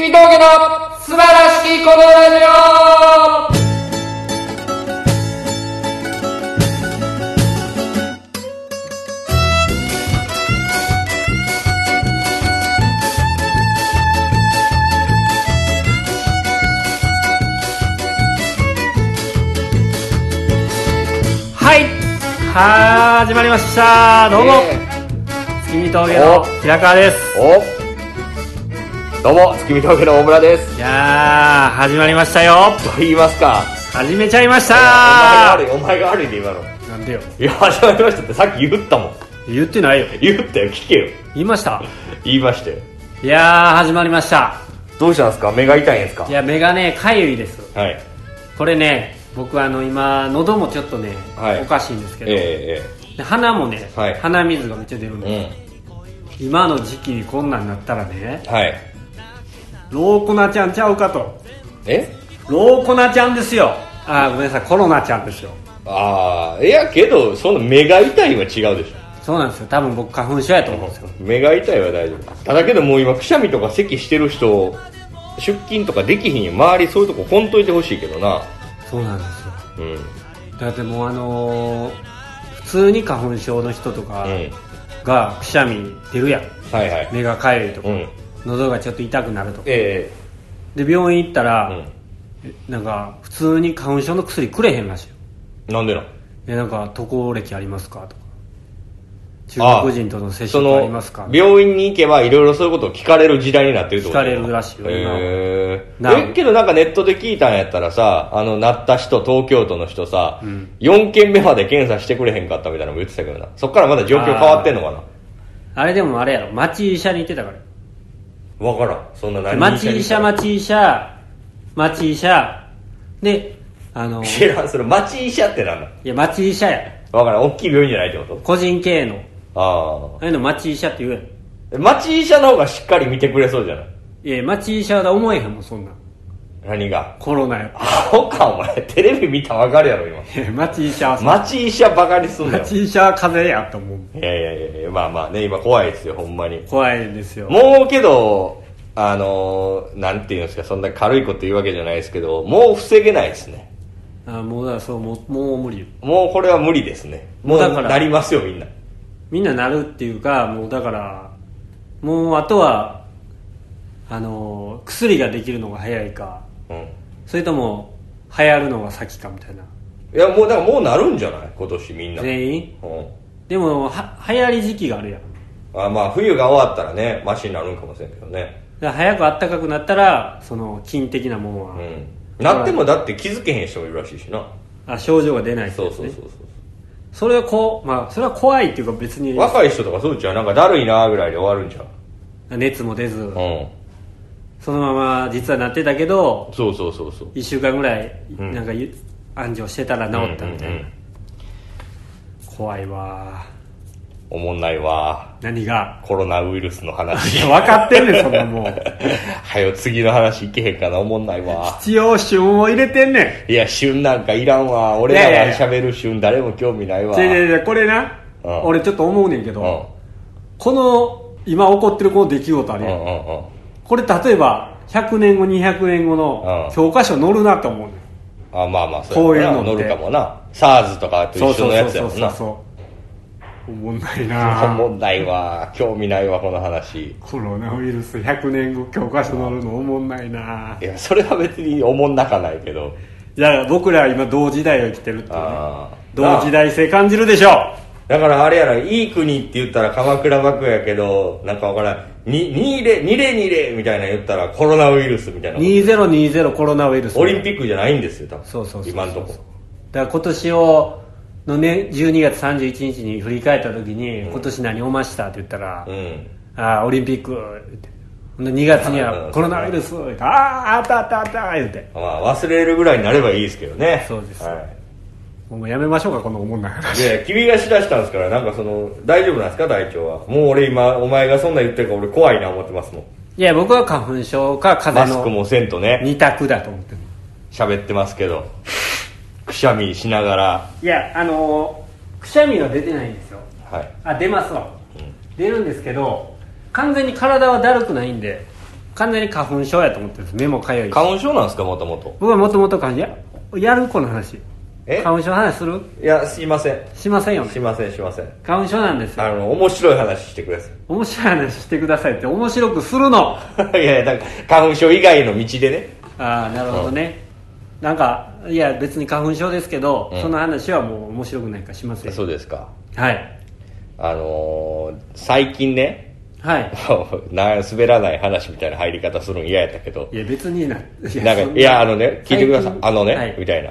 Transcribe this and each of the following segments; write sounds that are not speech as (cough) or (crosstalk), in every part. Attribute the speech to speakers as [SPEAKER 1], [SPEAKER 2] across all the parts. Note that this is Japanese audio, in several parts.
[SPEAKER 1] の素晴らしきこのラジ
[SPEAKER 2] はいはー始まりましたどうも、月見峠の平川です
[SPEAKER 3] おどうも月見峠の大村です
[SPEAKER 2] いやー始まりましたよ
[SPEAKER 3] と言いますか
[SPEAKER 2] 始めちゃいまし
[SPEAKER 3] あ
[SPEAKER 2] た
[SPEAKER 3] お前が悪いお前が悪いで今の
[SPEAKER 2] なんでよ
[SPEAKER 3] いや始まりましたってさっき言ったもん
[SPEAKER 2] 言ってないよ
[SPEAKER 3] 言ったよ聞けよ
[SPEAKER 2] 言いました
[SPEAKER 3] 言いましたよ
[SPEAKER 2] いやー始まりました
[SPEAKER 3] どうしたんですか目が痛いんですか
[SPEAKER 2] いや目がねかゆいです
[SPEAKER 3] はい
[SPEAKER 2] これね僕あの今喉もちょっとね、
[SPEAKER 3] はい
[SPEAKER 2] おかしいんですけど、
[SPEAKER 3] え
[SPEAKER 2] で鼻もね、
[SPEAKER 3] はい
[SPEAKER 2] 鼻水がめっちゃ出るん
[SPEAKER 3] え
[SPEAKER 2] で、す今の時期にこんなんなったらね
[SPEAKER 3] うんはい
[SPEAKER 2] ローコナちゃんちゃうかと
[SPEAKER 3] え
[SPEAKER 2] ローコナちゃんですよあーごめんなさいコロナちゃんですよ
[SPEAKER 3] ああいやけどその目が痛いは違うでしょ
[SPEAKER 2] そうなんですよ多分僕花粉症やと思うんですよ
[SPEAKER 3] 目が痛いは大丈夫ただけどもう今くしゃみとか咳してる人出勤とかできひんよ周りそういうとここんといてほしいけどな
[SPEAKER 2] そうなんですよ
[SPEAKER 3] うん
[SPEAKER 2] だってもうあのー普通に花粉症の人とか
[SPEAKER 3] うん
[SPEAKER 2] がくしゃみ出るやん
[SPEAKER 3] はいはい
[SPEAKER 2] 目がかゆいとか、
[SPEAKER 3] うん
[SPEAKER 2] 喉がちょっと痛くなるとか
[SPEAKER 3] え
[SPEAKER 2] で病院行った
[SPEAKER 3] え
[SPEAKER 2] ら、えなんか普通に花粉症の薬くれへんらしいよ
[SPEAKER 3] うんなんでなん
[SPEAKER 2] えなんか渡航歴ありますかとか中国人との接
[SPEAKER 3] そ
[SPEAKER 2] 触あり
[SPEAKER 3] の
[SPEAKER 2] ますか
[SPEAKER 3] 病院に行けばいろいろそういうことを聞かれる時代になってるってこと
[SPEAKER 2] 聞かれるらしいよ
[SPEAKER 3] へー
[SPEAKER 2] な
[SPEAKER 3] えけどなんかネットで聞いたんやったらさあのなった人東京都の人さ、4件目まで検査してくれへんかったみたいなのも言ってたけどなそっからまだ状況変わってんのか
[SPEAKER 2] あれでもあれやろ町医者に行ってたから
[SPEAKER 3] なわからんそんな何
[SPEAKER 2] 町医者
[SPEAKER 3] ま
[SPEAKER 2] 町医者町医者であの
[SPEAKER 3] 知らんそれ町医者ってなんだ
[SPEAKER 2] いや町医者や
[SPEAKER 3] わからん大きい病院じゃないってこ
[SPEAKER 2] 個人経営の
[SPEAKER 3] とあ
[SPEAKER 2] ああいうの町医者って言うやん
[SPEAKER 3] あ町医者の方がしっかり見てくれそうじゃない
[SPEAKER 2] いや町医者だ思えへんもんそんなん
[SPEAKER 3] 何が
[SPEAKER 2] コロナや
[SPEAKER 3] アホかお前テレビ見たらわかるやろ今
[SPEAKER 2] いや町医者はさ
[SPEAKER 3] 町医者バカにすんなよ
[SPEAKER 2] 町医者は風邪やと思う
[SPEAKER 3] いやいやいやいやまあまあね今怖いですよほんまに
[SPEAKER 2] 怖いんですよ
[SPEAKER 3] もうけどあのーなんていうんですかそんな軽いこと言うわけじゃないですけどもう防げないですね
[SPEAKER 2] あもうだからそうもうもう無理よ
[SPEAKER 3] もうこれは無理ですねもう
[SPEAKER 2] だから
[SPEAKER 3] なりますよみんな
[SPEAKER 2] みんななるっていうかもうだからもうあとはあの薬ができるのが早いか
[SPEAKER 3] うん
[SPEAKER 2] それとも流行るのが先かみたいない
[SPEAKER 3] やもうだからもうなるんじゃない今年みんな、うん、
[SPEAKER 2] 全員でもは流行り時期があるやん
[SPEAKER 3] あまあ冬が終わったらねマシになるんかもしれんけどね
[SPEAKER 2] だから早く暖かくなったらその菌的なものは、
[SPEAKER 3] うんなってもだって気づけへん人もいるらしいしな
[SPEAKER 2] あ症状が出ないって
[SPEAKER 3] そ
[SPEAKER 2] や
[SPEAKER 3] う
[SPEAKER 2] つ
[SPEAKER 3] そう
[SPEAKER 2] ね
[SPEAKER 3] そうそう
[SPEAKER 2] それはこうまあそれは怖いっていうか別に
[SPEAKER 3] 若い人とかそうじゃうなんかだるいなーぐらいで終わるんじゃう
[SPEAKER 2] 熱も出ず、
[SPEAKER 3] うん
[SPEAKER 2] そのまま実はなってたけど
[SPEAKER 3] そうそうそうそう
[SPEAKER 2] 1週間ぐらい
[SPEAKER 3] ん
[SPEAKER 2] なんかゆ安定してたら治ったみたいな、
[SPEAKER 3] うんうんうん
[SPEAKER 2] 怖いわ
[SPEAKER 3] おもんないわ
[SPEAKER 2] 何が
[SPEAKER 3] コロナウイルスの話
[SPEAKER 2] (laughs) いや分かってんねんそんな
[SPEAKER 3] (laughs)
[SPEAKER 2] もう
[SPEAKER 3] はよ次の話いけへんかなおもんないわ
[SPEAKER 2] 必要旬を入れてんね
[SPEAKER 3] いや旬なんかいらんわ俺
[SPEAKER 2] いや
[SPEAKER 3] ら
[SPEAKER 2] い
[SPEAKER 3] が
[SPEAKER 2] やいや
[SPEAKER 3] 喋る旬誰も興味ないわ
[SPEAKER 2] ん違う違う違うこれな、
[SPEAKER 3] うん
[SPEAKER 2] 俺ちょっと思うねんけ
[SPEAKER 3] う
[SPEAKER 2] ど、
[SPEAKER 3] んうん
[SPEAKER 2] この今起こってるこの出来事あ
[SPEAKER 3] う
[SPEAKER 2] れ、
[SPEAKER 3] んうん
[SPEAKER 2] これ例えば100年後200年後の
[SPEAKER 3] うん
[SPEAKER 2] 教科書載るなと思うねん
[SPEAKER 3] あまあまあそ
[SPEAKER 2] こういう
[SPEAKER 3] や
[SPEAKER 2] の
[SPEAKER 3] な
[SPEAKER 2] って
[SPEAKER 3] 乗るかもな SARS とかと一緒のやつやもんな
[SPEAKER 2] そうおもんない
[SPEAKER 3] お
[SPEAKER 2] な
[SPEAKER 3] もんないわ興味ないわこの話
[SPEAKER 2] コロナウイルス100年後教科書載るのおもんないない
[SPEAKER 3] やそれは別におもんなかないけど
[SPEAKER 2] いや僕らは今同時代を生きてるっていうね
[SPEAKER 3] ああ
[SPEAKER 2] 同時代性感じるでしょ
[SPEAKER 3] だからあれやろいい国って言ったら鎌倉幕府やけどなんかわからんににれにれにれみたいなの言ったらコロナウイルスみたいな
[SPEAKER 2] 2020コロナウイルス
[SPEAKER 3] オリンピックじゃないんですよ多分
[SPEAKER 2] そうそうそうそう
[SPEAKER 3] 今んとこ
[SPEAKER 2] だから今年をのね12月31日に振り返った時に、今年何をましたって言ったら、
[SPEAKER 3] うん
[SPEAKER 2] ああオリンピックってほんで2月にはコロナウイルス言うてあああったあったあった言うて
[SPEAKER 3] まあ忘れるぐらいになればいいですけどね
[SPEAKER 2] そうです
[SPEAKER 3] は
[SPEAKER 2] もうやめましょうかこのおもんない
[SPEAKER 3] い
[SPEAKER 2] 話
[SPEAKER 3] で君がしだしたんですからなんかその大丈夫なんですか隊長はもう俺今お前がそんなん言ってるから俺怖いな思ってますもん
[SPEAKER 2] いや僕は花粉症か風
[SPEAKER 3] マスク
[SPEAKER 2] 邪の
[SPEAKER 3] もせんとね
[SPEAKER 2] 二択だと思ってる
[SPEAKER 3] 喋ってますけどくしゃみしながら
[SPEAKER 2] いやあのーくしゃみは出てないんですよ
[SPEAKER 3] はい
[SPEAKER 2] あ出ますわ、出るんですけど完全に体はだるくないんで完全に花粉症やと思ってるんです目もかゆいし
[SPEAKER 3] 花粉症なんですかもともと
[SPEAKER 2] 僕はもともと花粉ややるこの話
[SPEAKER 3] え
[SPEAKER 2] 花粉症の話する
[SPEAKER 3] いやすいません
[SPEAKER 2] しませんよ
[SPEAKER 3] し
[SPEAKER 2] ね
[SPEAKER 3] ませんしません
[SPEAKER 2] 花粉症なんです
[SPEAKER 3] あ
[SPEAKER 2] よ
[SPEAKER 3] の面白い話してくださ
[SPEAKER 2] 面白い話してくださいって面白くするのあ
[SPEAKER 3] い (laughs) いやいやなんか花粉症以外の道でね
[SPEAKER 2] あなるほどねなんかいや別に花粉症ですけど、
[SPEAKER 3] うん
[SPEAKER 2] その話はもう面白くないからしません
[SPEAKER 3] そうですか
[SPEAKER 2] はい
[SPEAKER 3] あのー最近ね (laughs)
[SPEAKER 2] はい
[SPEAKER 3] な滑らない話みたいな入り方するの嫌やったけど
[SPEAKER 2] いや別にないや
[SPEAKER 3] なんか
[SPEAKER 2] そん
[SPEAKER 3] いやあのね聞いてください
[SPEAKER 2] 最近
[SPEAKER 3] あのね、
[SPEAKER 2] はい
[SPEAKER 3] みたいな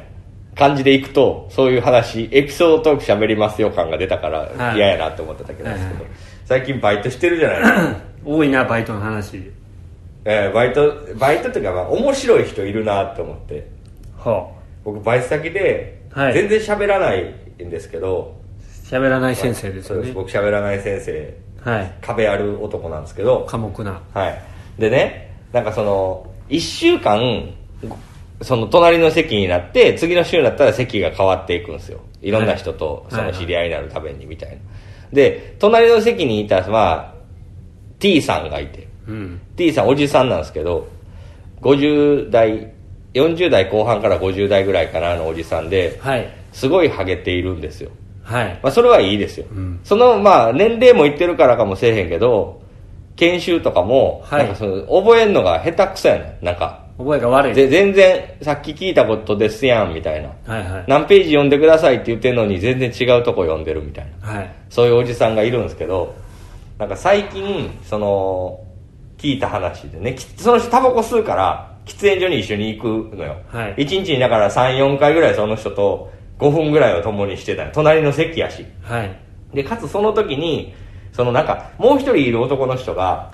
[SPEAKER 3] 感じでいくとそういう話エピソードトーク喋りますよ感が出たから、
[SPEAKER 2] はい
[SPEAKER 3] 嫌やなって思ってたけど、
[SPEAKER 2] はいはい
[SPEAKER 3] 最近バイトしてるじゃないです
[SPEAKER 2] (clears throat)
[SPEAKER 3] か
[SPEAKER 2] 多いなバイトの話
[SPEAKER 3] えーバイトバイトっていうか、まあ、面白い人いるなって思って
[SPEAKER 2] は
[SPEAKER 3] 僕バイト先で
[SPEAKER 2] はい
[SPEAKER 3] 全然喋らないんですけど、
[SPEAKER 2] あ喋らない先生です
[SPEAKER 3] そう
[SPEAKER 2] よ
[SPEAKER 3] で
[SPEAKER 2] ね
[SPEAKER 3] す僕喋らない先生
[SPEAKER 2] はい
[SPEAKER 3] 壁ある男なんですけど
[SPEAKER 2] 寡黙な
[SPEAKER 3] はいでねなんかその1週間その隣の席になって次の週になったら席が変わっていくんですよいろんな人と
[SPEAKER 2] はい
[SPEAKER 3] その知り合いになるためにみたいな、で隣の席にいた、まあ、T さんがいて
[SPEAKER 2] うん
[SPEAKER 3] T さんおじさんなんですけど50代40代後半から50代ぐらいかなのおじさんで
[SPEAKER 2] はい
[SPEAKER 3] すごいハゲているんですよ
[SPEAKER 2] はい
[SPEAKER 3] まあ、それはいいですよ、
[SPEAKER 2] うん
[SPEAKER 3] そのまあ年齢もいってるからかもしれへんけど研修とかも
[SPEAKER 2] はい
[SPEAKER 3] なんかその覚えんのが下手くそやねんなんか
[SPEAKER 2] 覚えが悪い
[SPEAKER 3] ぜ全然さっき聞いたことですやんみたいな
[SPEAKER 2] はいはい
[SPEAKER 3] 何ページ読んでくださいって言ってんのに全然違うとこ読んでるみたいな
[SPEAKER 2] はい
[SPEAKER 3] そういうおじさんがいるんですけどなんか最近その聞いた話でねきその人タバコ吸うから喫煙所に一緒に行くのよ、
[SPEAKER 2] はい
[SPEAKER 3] 1日にだから34回ぐらいその人と5分ぐらいを共にしてたよ隣の席やし
[SPEAKER 2] はい
[SPEAKER 3] でかつその時にそのなんかもう一人いる男の人が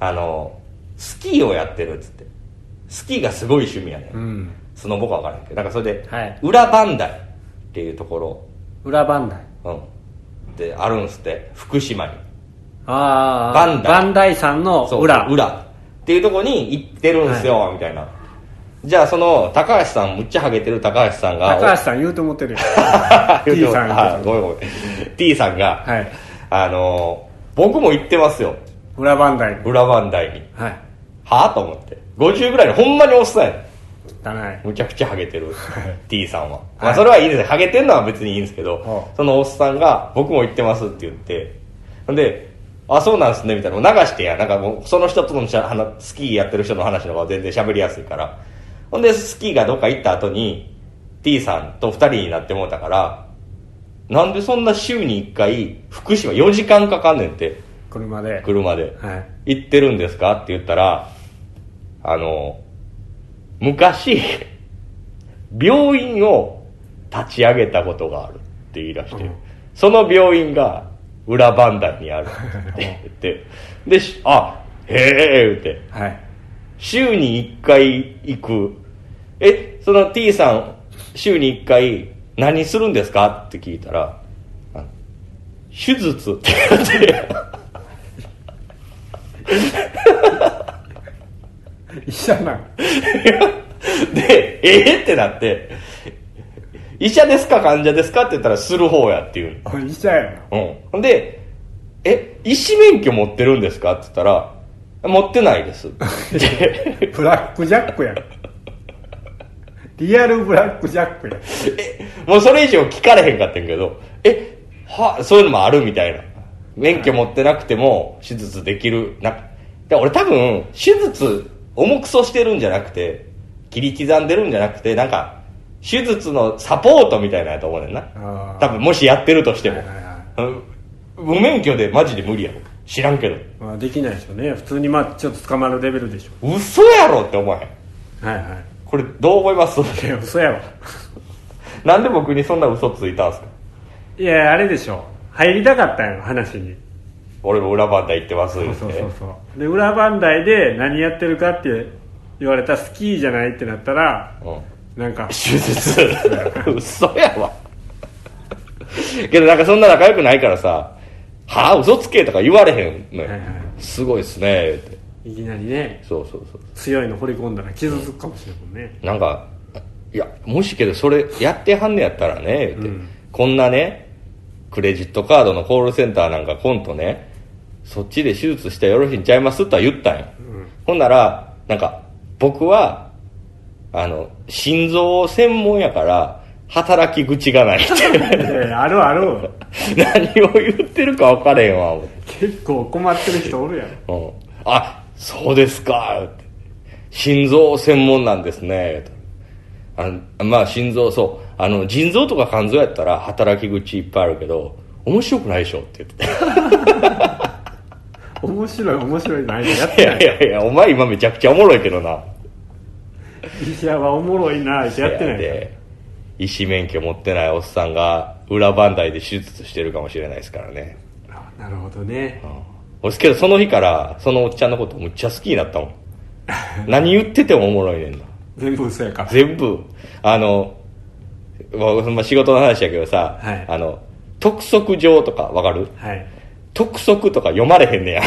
[SPEAKER 3] あのスキーをやってるっつってスキーがすごい趣味やねん、
[SPEAKER 2] うん
[SPEAKER 3] スノボか分からへんけどなんかそれで、
[SPEAKER 2] はい
[SPEAKER 3] 裏磐梯っていうとこ
[SPEAKER 2] 裏磐梯
[SPEAKER 3] ろ、うん、であるんすって福島に
[SPEAKER 2] あ
[SPEAKER 3] バ
[SPEAKER 2] あ
[SPEAKER 3] ンダ
[SPEAKER 2] 磐梯
[SPEAKER 3] イ
[SPEAKER 2] 山の
[SPEAKER 3] そう
[SPEAKER 2] 裏
[SPEAKER 3] 裏っていうところに行ってるんですよ、みたいなじゃあその高橋さんむっちゃハゲてる高橋さんが
[SPEAKER 2] 高橋さん言うと思って (laughs) るよ
[SPEAKER 3] 言う
[SPEAKER 2] T
[SPEAKER 3] て
[SPEAKER 2] さん
[SPEAKER 3] も
[SPEAKER 2] 言
[SPEAKER 3] あ
[SPEAKER 2] うと
[SPEAKER 3] ごめんごめん T さんが、
[SPEAKER 2] はい
[SPEAKER 3] あの僕も行ってますよ
[SPEAKER 2] 裏磐梯
[SPEAKER 3] 裏磐梯に
[SPEAKER 2] はい
[SPEAKER 3] はぁと思って。50ぐらいのほんまにおっさんやね
[SPEAKER 2] 汚い
[SPEAKER 3] んむちゃくちゃハゲてる T さんは。まあそれはいいですよ。ハゲてるのは別にいいんですけど
[SPEAKER 2] は、
[SPEAKER 3] そのおっさんが僕も行ってますって言って、ほんで、あ、そうなんすね、みたいな。もう流してや。なんかもう、その人とのしゃあのスキーやってる人の話の方が全然喋りやすいから。ほんで、スキーがどっか行った後に、T さんと二人になってもうたから、なんでそんな週に一回、福島4時間かかんねんって、
[SPEAKER 2] 車で
[SPEAKER 3] 車で。
[SPEAKER 2] はい
[SPEAKER 3] 行ってるんですかって言ったら、あの、昔、病院を立ち上げたことがあるって言い出して、
[SPEAKER 2] うん
[SPEAKER 3] その病院が裏磐梯にあるって言
[SPEAKER 2] (laughs)
[SPEAKER 3] って、で、しあ、へえ、言って、
[SPEAKER 2] はい
[SPEAKER 3] 週に1回行く。え、その T さん、週に1回何するんですかって聞いたら、あの手術って言って、
[SPEAKER 2] 医者なん
[SPEAKER 3] で、えー、ってなって、医者ですか患者ですかって言ったら、する方やっていう。
[SPEAKER 2] おい医者やな
[SPEAKER 3] うん。ほんで、え、医師免許持ってるんですかって言ったら、持ってないです。で
[SPEAKER 2] ブラックジャックやんリアルブラックジャックやん
[SPEAKER 3] え、 (laughs) もうそれ以上聞かれへんかったんやけど、え、は、そういうのもあるみたいな。免許持ってなくても手術できる。な、で俺多分、手術、重くそしてるんじゃなくて、切り刻んでるんじゃなくて、なんか、手術のサポートみたいなやと思うねんな。
[SPEAKER 2] あー
[SPEAKER 3] 多分、もしやってるとしても
[SPEAKER 2] はい。はいはい
[SPEAKER 3] うん無免許でマジで無理やろ。知らんけど。
[SPEAKER 2] まあできないでしょうね普通にまあちょっと捕まるレベルでしょ
[SPEAKER 3] 嘘やろって思えへん。
[SPEAKER 2] うはいは
[SPEAKER 3] これ、どう思います
[SPEAKER 2] いいや嘘やわ
[SPEAKER 3] なんで僕にそんな嘘ついたんすか
[SPEAKER 2] いやあれでしょ入りたかったんやろ話に
[SPEAKER 3] 俺も裏バンダ行ってますって。
[SPEAKER 2] そうそうそうで裏磐梯で何やってるかって言われたらスキーじゃないってなったら
[SPEAKER 3] うん
[SPEAKER 2] なんか
[SPEAKER 3] 手術嘘やわけどなんかそんな仲良くないからさ「はあ嘘つけ」とか言われへんのよ、
[SPEAKER 2] はいは
[SPEAKER 3] すごいっすねって
[SPEAKER 2] いきなりね
[SPEAKER 3] そうそうそう
[SPEAKER 2] 強いの掘り込んだら傷つくかもしれないもんね
[SPEAKER 3] なんか「いやもしけどそれやってはんねやったらね」って、
[SPEAKER 2] うん
[SPEAKER 3] こんなねクレジットカードのコールセンターなんかコントねそっちで手術してよろしいんちゃいますとは言ったんよ、
[SPEAKER 2] ん
[SPEAKER 3] ほんなら、なんか、僕は、あの、心臓専門やから、働き口がないって。
[SPEAKER 2] えあるある
[SPEAKER 3] (laughs) 何を言ってるか分かれへんわ、思って
[SPEAKER 2] 結構困ってる人おるやん
[SPEAKER 3] うん、あそうですかって心臓専門なんですねとあのまあ心臓そうあの腎臓とか肝臓やったら働き口いっぱいあるけど面白くないでしょって言ってた
[SPEAKER 2] 面白い面白いないやっ
[SPEAKER 3] (laughs) い
[SPEAKER 2] てな
[SPEAKER 3] やい
[SPEAKER 2] い
[SPEAKER 3] やいやお前今めちゃくちゃおもろいけどな
[SPEAKER 2] 医者はおもろいなってやってないから
[SPEAKER 3] で医師免許持ってないおっさんが裏磐梯で手術してるかもしれないですからね、
[SPEAKER 2] あなるほどね
[SPEAKER 3] うん、俺けどその日からそのおっちゃんのことむっちゃ好きになっ
[SPEAKER 2] (laughs)
[SPEAKER 3] たもん何言っててもおもろいねんな
[SPEAKER 2] 全部嘘やから
[SPEAKER 3] 全部あの、まあまあ、仕事の話やけどさ、
[SPEAKER 2] はい
[SPEAKER 3] あの督促状とかわかる (laughs)
[SPEAKER 2] はい
[SPEAKER 3] 督促とか読まれへんねや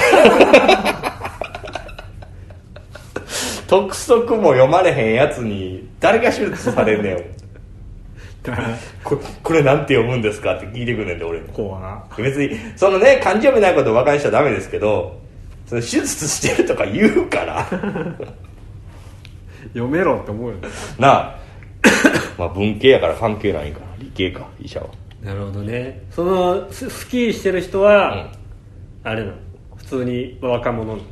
[SPEAKER 3] (laughs) 督促も読まれへんやつに誰が手術されんねん
[SPEAKER 2] だから
[SPEAKER 3] ここれなんて読むんですかって聞いてくんねんで俺
[SPEAKER 2] こうな
[SPEAKER 3] 別にそのね漢字読めないことを馬鹿にしちゃダメですけどその手術してるとか言うから (laughs)
[SPEAKER 2] 読めろって思うよね
[SPEAKER 3] なあまあ文系やから関係ないんかな理系か医者は
[SPEAKER 2] なるほどねそのススキーしてる人は、あれなの普通に若者なの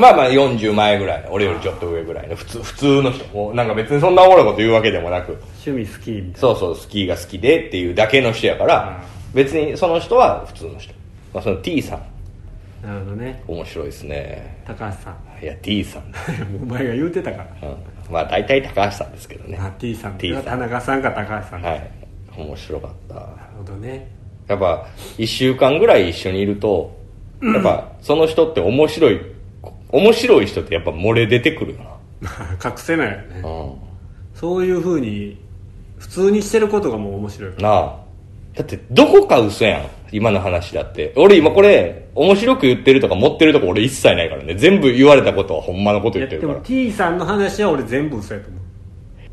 [SPEAKER 3] まあまあ40前ぐらい俺よりちょっと上ぐらいの普通普通の人もうなんか別にそんなおもろいこと言うわけでもなく
[SPEAKER 2] 趣味スキーみたい
[SPEAKER 3] そうそうスキーが好きでっていうだけの人やから、別にその人は普通の人、まあ、その T さん
[SPEAKER 2] ななるほどね
[SPEAKER 3] 面白いですね
[SPEAKER 2] 高橋さん
[SPEAKER 3] いや T さん、
[SPEAKER 2] (laughs) お前が言うてたから
[SPEAKER 3] うん、まあ大体高橋さんですけどね
[SPEAKER 2] あ T さん
[SPEAKER 3] T さん
[SPEAKER 2] 田中さんか高橋さんか、
[SPEAKER 3] はい面白かった
[SPEAKER 2] なるほどね
[SPEAKER 3] やっぱ1週間ぐらい一緒にいるとやっぱその人って面白い面白い人ってやっぱ漏れ出てくるよ
[SPEAKER 2] まあ隠せないよね
[SPEAKER 3] な、うん
[SPEAKER 2] そういうふうに普通にしてることがもう面白いか
[SPEAKER 3] なあだってどこか嘘やん今の話だって俺今これ面白く言ってるとか持ってるとか俺一切ないからね全部言われたことはほんまのこと
[SPEAKER 2] ら
[SPEAKER 3] 言
[SPEAKER 2] い
[SPEAKER 3] って
[SPEAKER 2] やで
[SPEAKER 3] るか
[SPEAKER 2] も
[SPEAKER 3] ら
[SPEAKER 2] T さんの話は俺全部嘘やと思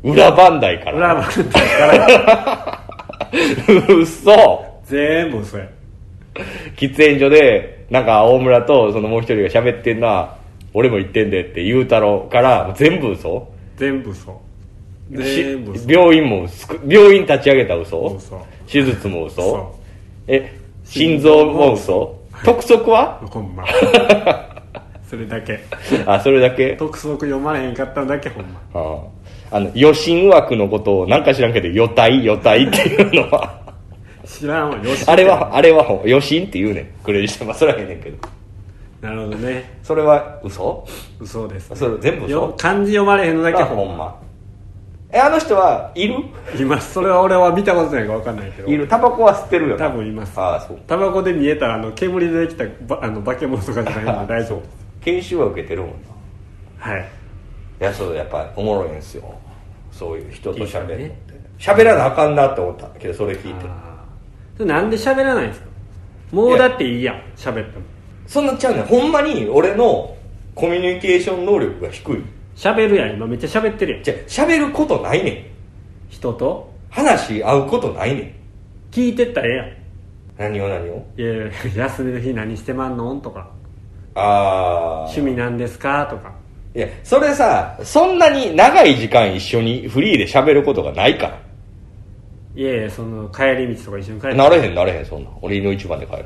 [SPEAKER 2] う
[SPEAKER 3] 裏番台か
[SPEAKER 2] 俺は分
[SPEAKER 3] ら
[SPEAKER 2] かってるから
[SPEAKER 3] (laughs) 嘘
[SPEAKER 2] 全部嘘や
[SPEAKER 3] 喫煙所でなんか大村とそのもう一人が喋ってんな俺も言ってんでって言うたろから全部嘘
[SPEAKER 2] 全部嘘
[SPEAKER 3] し
[SPEAKER 2] 全部嘘
[SPEAKER 3] 病院もすく病院立ち上げた嘘
[SPEAKER 2] 嘘
[SPEAKER 3] 手術も嘘
[SPEAKER 2] 嘘
[SPEAKER 3] え心臓も嘘督促は (laughs)
[SPEAKER 2] ほんまそれだけ
[SPEAKER 3] あそれだけ
[SPEAKER 2] 督促読まれへんかったんだけほんま
[SPEAKER 3] あああの余震枠のことをなんか知らんけど「予体 (laughs) 予体」っていうのは
[SPEAKER 2] 知らんわよし
[SPEAKER 3] あれはあれはほ余震って言うねんクレジットまあそれはへんねんけど
[SPEAKER 2] なるほどね
[SPEAKER 3] それは嘘
[SPEAKER 2] 嘘です、ね、
[SPEAKER 3] それ全部嘘
[SPEAKER 2] よ漢字読まれへんのだけ
[SPEAKER 3] あ
[SPEAKER 2] ほ
[SPEAKER 3] ほ
[SPEAKER 2] ん
[SPEAKER 3] ん
[SPEAKER 2] ま
[SPEAKER 3] まえあの人はいる
[SPEAKER 2] 今それは俺は見たことないから分かんないけど
[SPEAKER 3] いるタバコは吸ってるよな
[SPEAKER 2] 多分います
[SPEAKER 3] ああそう
[SPEAKER 2] タバコで見えたあの煙でできたばあの化け物とかじゃ
[SPEAKER 3] (laughs)
[SPEAKER 2] ないので大丈夫です
[SPEAKER 3] 研修は受けてるもんな
[SPEAKER 2] はい
[SPEAKER 3] いやそうやっぱおもろいんですよそういう人と喋る
[SPEAKER 2] い
[SPEAKER 3] のっ
[SPEAKER 2] い
[SPEAKER 3] て
[SPEAKER 2] ね
[SPEAKER 3] 喋らなあかんなって思ったけどそれ聞いて
[SPEAKER 2] あーそれなんで喋らないんですかもうだっていいやん喋っても
[SPEAKER 3] そんなちゃうねんほんまに俺のコミュニケーション能力が低い
[SPEAKER 2] 喋るやん今めっちゃ喋ってるやん
[SPEAKER 3] じゃあ喋ることないねん
[SPEAKER 2] 人と
[SPEAKER 3] 話し合うことないねん
[SPEAKER 2] 聞いてったらえ
[SPEAKER 3] 何を何を
[SPEAKER 2] えやんいやいや休みの日何してまんのとか
[SPEAKER 3] ああ
[SPEAKER 2] 趣味なんですかとか
[SPEAKER 3] いやそれさそんなに長い時間一緒にフリーで喋ることがないか
[SPEAKER 2] いやいやその帰り道とか一緒に帰
[SPEAKER 3] ら
[SPEAKER 2] る
[SPEAKER 3] なれへんなれへんそんなん俺の一番で帰る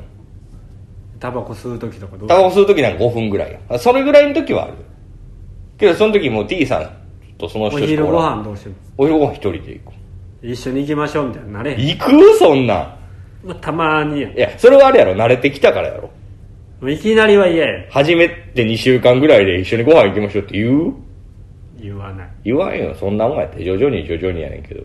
[SPEAKER 2] タバコ吸う時とかどう
[SPEAKER 3] タバコ吸う時なんか5分ぐらいやあそれぐらいの時はあるけどその時もう T さんとその
[SPEAKER 2] お
[SPEAKER 3] 人し
[SPEAKER 2] 昼
[SPEAKER 3] かお
[SPEAKER 2] ご
[SPEAKER 3] らん
[SPEAKER 2] 飯どうしてる
[SPEAKER 3] お昼ご飯一人で行く
[SPEAKER 2] 一緒に行きましょうみたいになれへん、
[SPEAKER 3] 行くそんなん
[SPEAKER 2] まあ、たまにやん
[SPEAKER 3] いやそれはあれやろ慣れてきたからやろ
[SPEAKER 2] もういきなりは嫌やん
[SPEAKER 3] 初めて2週間ぐらいで一緒にご飯行きましょうって言う
[SPEAKER 2] 言わない
[SPEAKER 3] 言わんよそんなもんやって徐々に徐々にやねんけど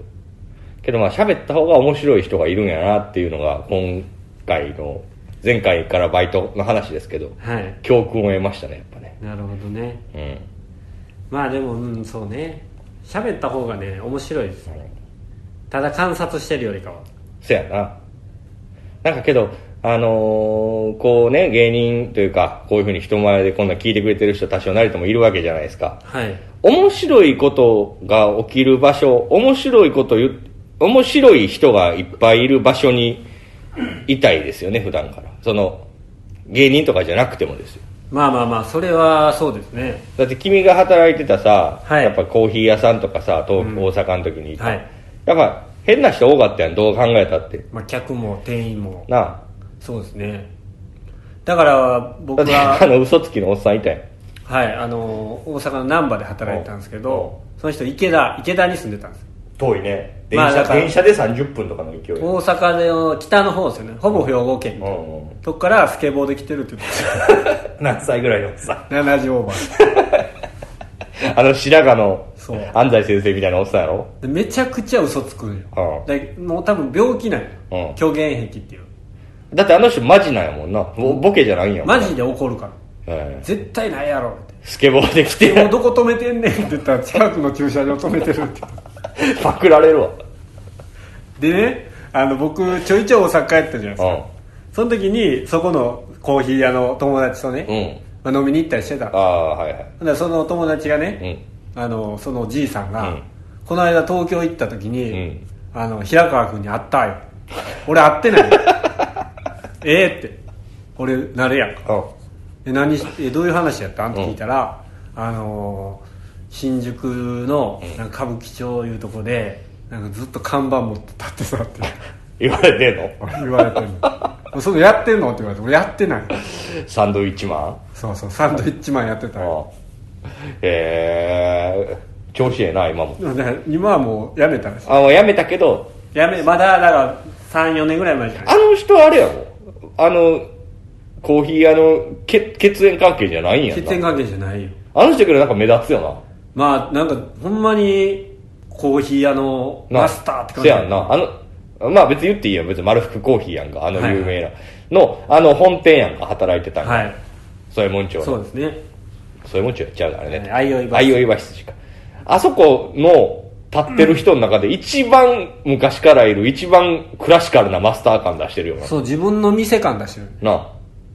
[SPEAKER 3] けどまあ喋った方が面白い人がいるんやなっていうのが今回の前回からバイトの話ですけど
[SPEAKER 2] はい
[SPEAKER 3] 教訓を得ましたねやっぱね
[SPEAKER 2] なるほどね
[SPEAKER 3] うん
[SPEAKER 2] まあでもうんそうね喋った方がね面白いですただ観察してるよりかは
[SPEAKER 3] そやななんかけどあのーこうね芸人というかこういうふうに人前でこんな聞いてくれてる人多少なりともいるわけじゃないですか
[SPEAKER 2] はい
[SPEAKER 3] 面白いことが起きる場所面白いこと言う面白い人がいっぱいいる場所にいたいですよね普段からその芸人とかじゃなくてもですよ
[SPEAKER 2] まあまあまあそれはそうですね
[SPEAKER 3] だって君が働いてたさ、
[SPEAKER 2] はい
[SPEAKER 3] やっぱコーヒー屋さんとかさ東、
[SPEAKER 2] うん
[SPEAKER 3] 大阪の時にいた、
[SPEAKER 2] はい
[SPEAKER 3] やっぱ変な人多かったやんどう考えたって
[SPEAKER 2] まあ客も店員も
[SPEAKER 3] なあ
[SPEAKER 2] そうですねだから僕
[SPEAKER 3] だって
[SPEAKER 2] は
[SPEAKER 3] (laughs) あの嘘つきのおっさんいたやん
[SPEAKER 2] はい、あの大阪の難波で働いてたんですけ
[SPEAKER 3] お
[SPEAKER 2] どその人池田池田に住んでたんです
[SPEAKER 3] 遠いね
[SPEAKER 2] まあだから
[SPEAKER 3] 車で30分とかの勢いうん
[SPEAKER 2] 大阪の北の方ですよねほぼ兵庫県みたいな
[SPEAKER 3] うん (laughs)
[SPEAKER 2] そこからスケボーで来てるって言って
[SPEAKER 3] 何歳ぐらいのおっさん
[SPEAKER 2] た70オーバー
[SPEAKER 3] (laughs) あの白髪の
[SPEAKER 2] そう
[SPEAKER 3] 安西先生みたいなおっさんやろ
[SPEAKER 2] でめちゃくちゃ嘘つくんよ
[SPEAKER 3] うん
[SPEAKER 2] でもう多分病気なん
[SPEAKER 3] うん
[SPEAKER 2] よ虚言癖っていう
[SPEAKER 3] だってあの人マジなんやもんなボボケじゃないんやもん
[SPEAKER 2] マジで怒るから
[SPEAKER 3] ええ
[SPEAKER 2] 絶対ないやろって
[SPEAKER 3] スケボーで
[SPEAKER 2] 「
[SPEAKER 3] 来
[SPEAKER 2] もう
[SPEAKER 3] て
[SPEAKER 2] どこ止めてんねん」って言ったら近くの駐車場止めてるって
[SPEAKER 3] パクられるわ
[SPEAKER 2] でねあの僕ちょいちょい大阪帰ったじゃないです
[SPEAKER 3] う
[SPEAKER 2] か (laughs) その時にそこのコーヒー屋の友達とね、
[SPEAKER 3] んうん
[SPEAKER 2] まあ、飲みに行ったりしてた
[SPEAKER 3] ああはいはい
[SPEAKER 2] ほんならその友達が
[SPEAKER 3] う
[SPEAKER 2] ね、
[SPEAKER 3] ん
[SPEAKER 2] あのそのじいさんが、
[SPEAKER 3] うん
[SPEAKER 2] この間東京行った時に、
[SPEAKER 3] うん
[SPEAKER 2] あの平川君に会ったよ俺会って (laughs) ないよええって俺なるやんか
[SPEAKER 3] う
[SPEAKER 2] で何しえどういう話やったんって聞いたら、あのー新宿のなんか歌舞伎町いうとこでなんかずっと看板持って立ってさって
[SPEAKER 3] ん言われてんの
[SPEAKER 2] 言われてるその (laughs) やってんのって言われて俺やってない
[SPEAKER 3] サンドイッチマン
[SPEAKER 2] そうそうサンドイッチマンやってたよ
[SPEAKER 3] あへえ調子ええな今も
[SPEAKER 2] でもね今はもうやめたんですよ
[SPEAKER 3] あもうやめたけど
[SPEAKER 2] やめまだだから34年ぐらい前じゃない
[SPEAKER 3] あの人あれやろあのコーヒー屋の血血縁関係じゃないんやん
[SPEAKER 2] 血縁
[SPEAKER 3] な
[SPEAKER 2] 関係じゃないよ
[SPEAKER 3] あの人けどなんか目立つよな
[SPEAKER 2] まあなんかほんまにコーヒー屋の
[SPEAKER 3] な
[SPEAKER 2] マスターって感じ
[SPEAKER 3] せやんなあのまあ別に言っていいよ別に丸福コーヒーやんかあの有名な、のあの本店やんか働いてたんか、
[SPEAKER 2] はい
[SPEAKER 3] そういうもんちょ
[SPEAKER 2] そうですね
[SPEAKER 3] そういうもんちょやっちゃうからね、
[SPEAKER 2] はい相生橋
[SPEAKER 3] 相生橋しかあそこの立ってる人の中で一番昔からいる一番クラシカルなマスター感出してるよな
[SPEAKER 2] そう自分の店感出してる
[SPEAKER 3] なあ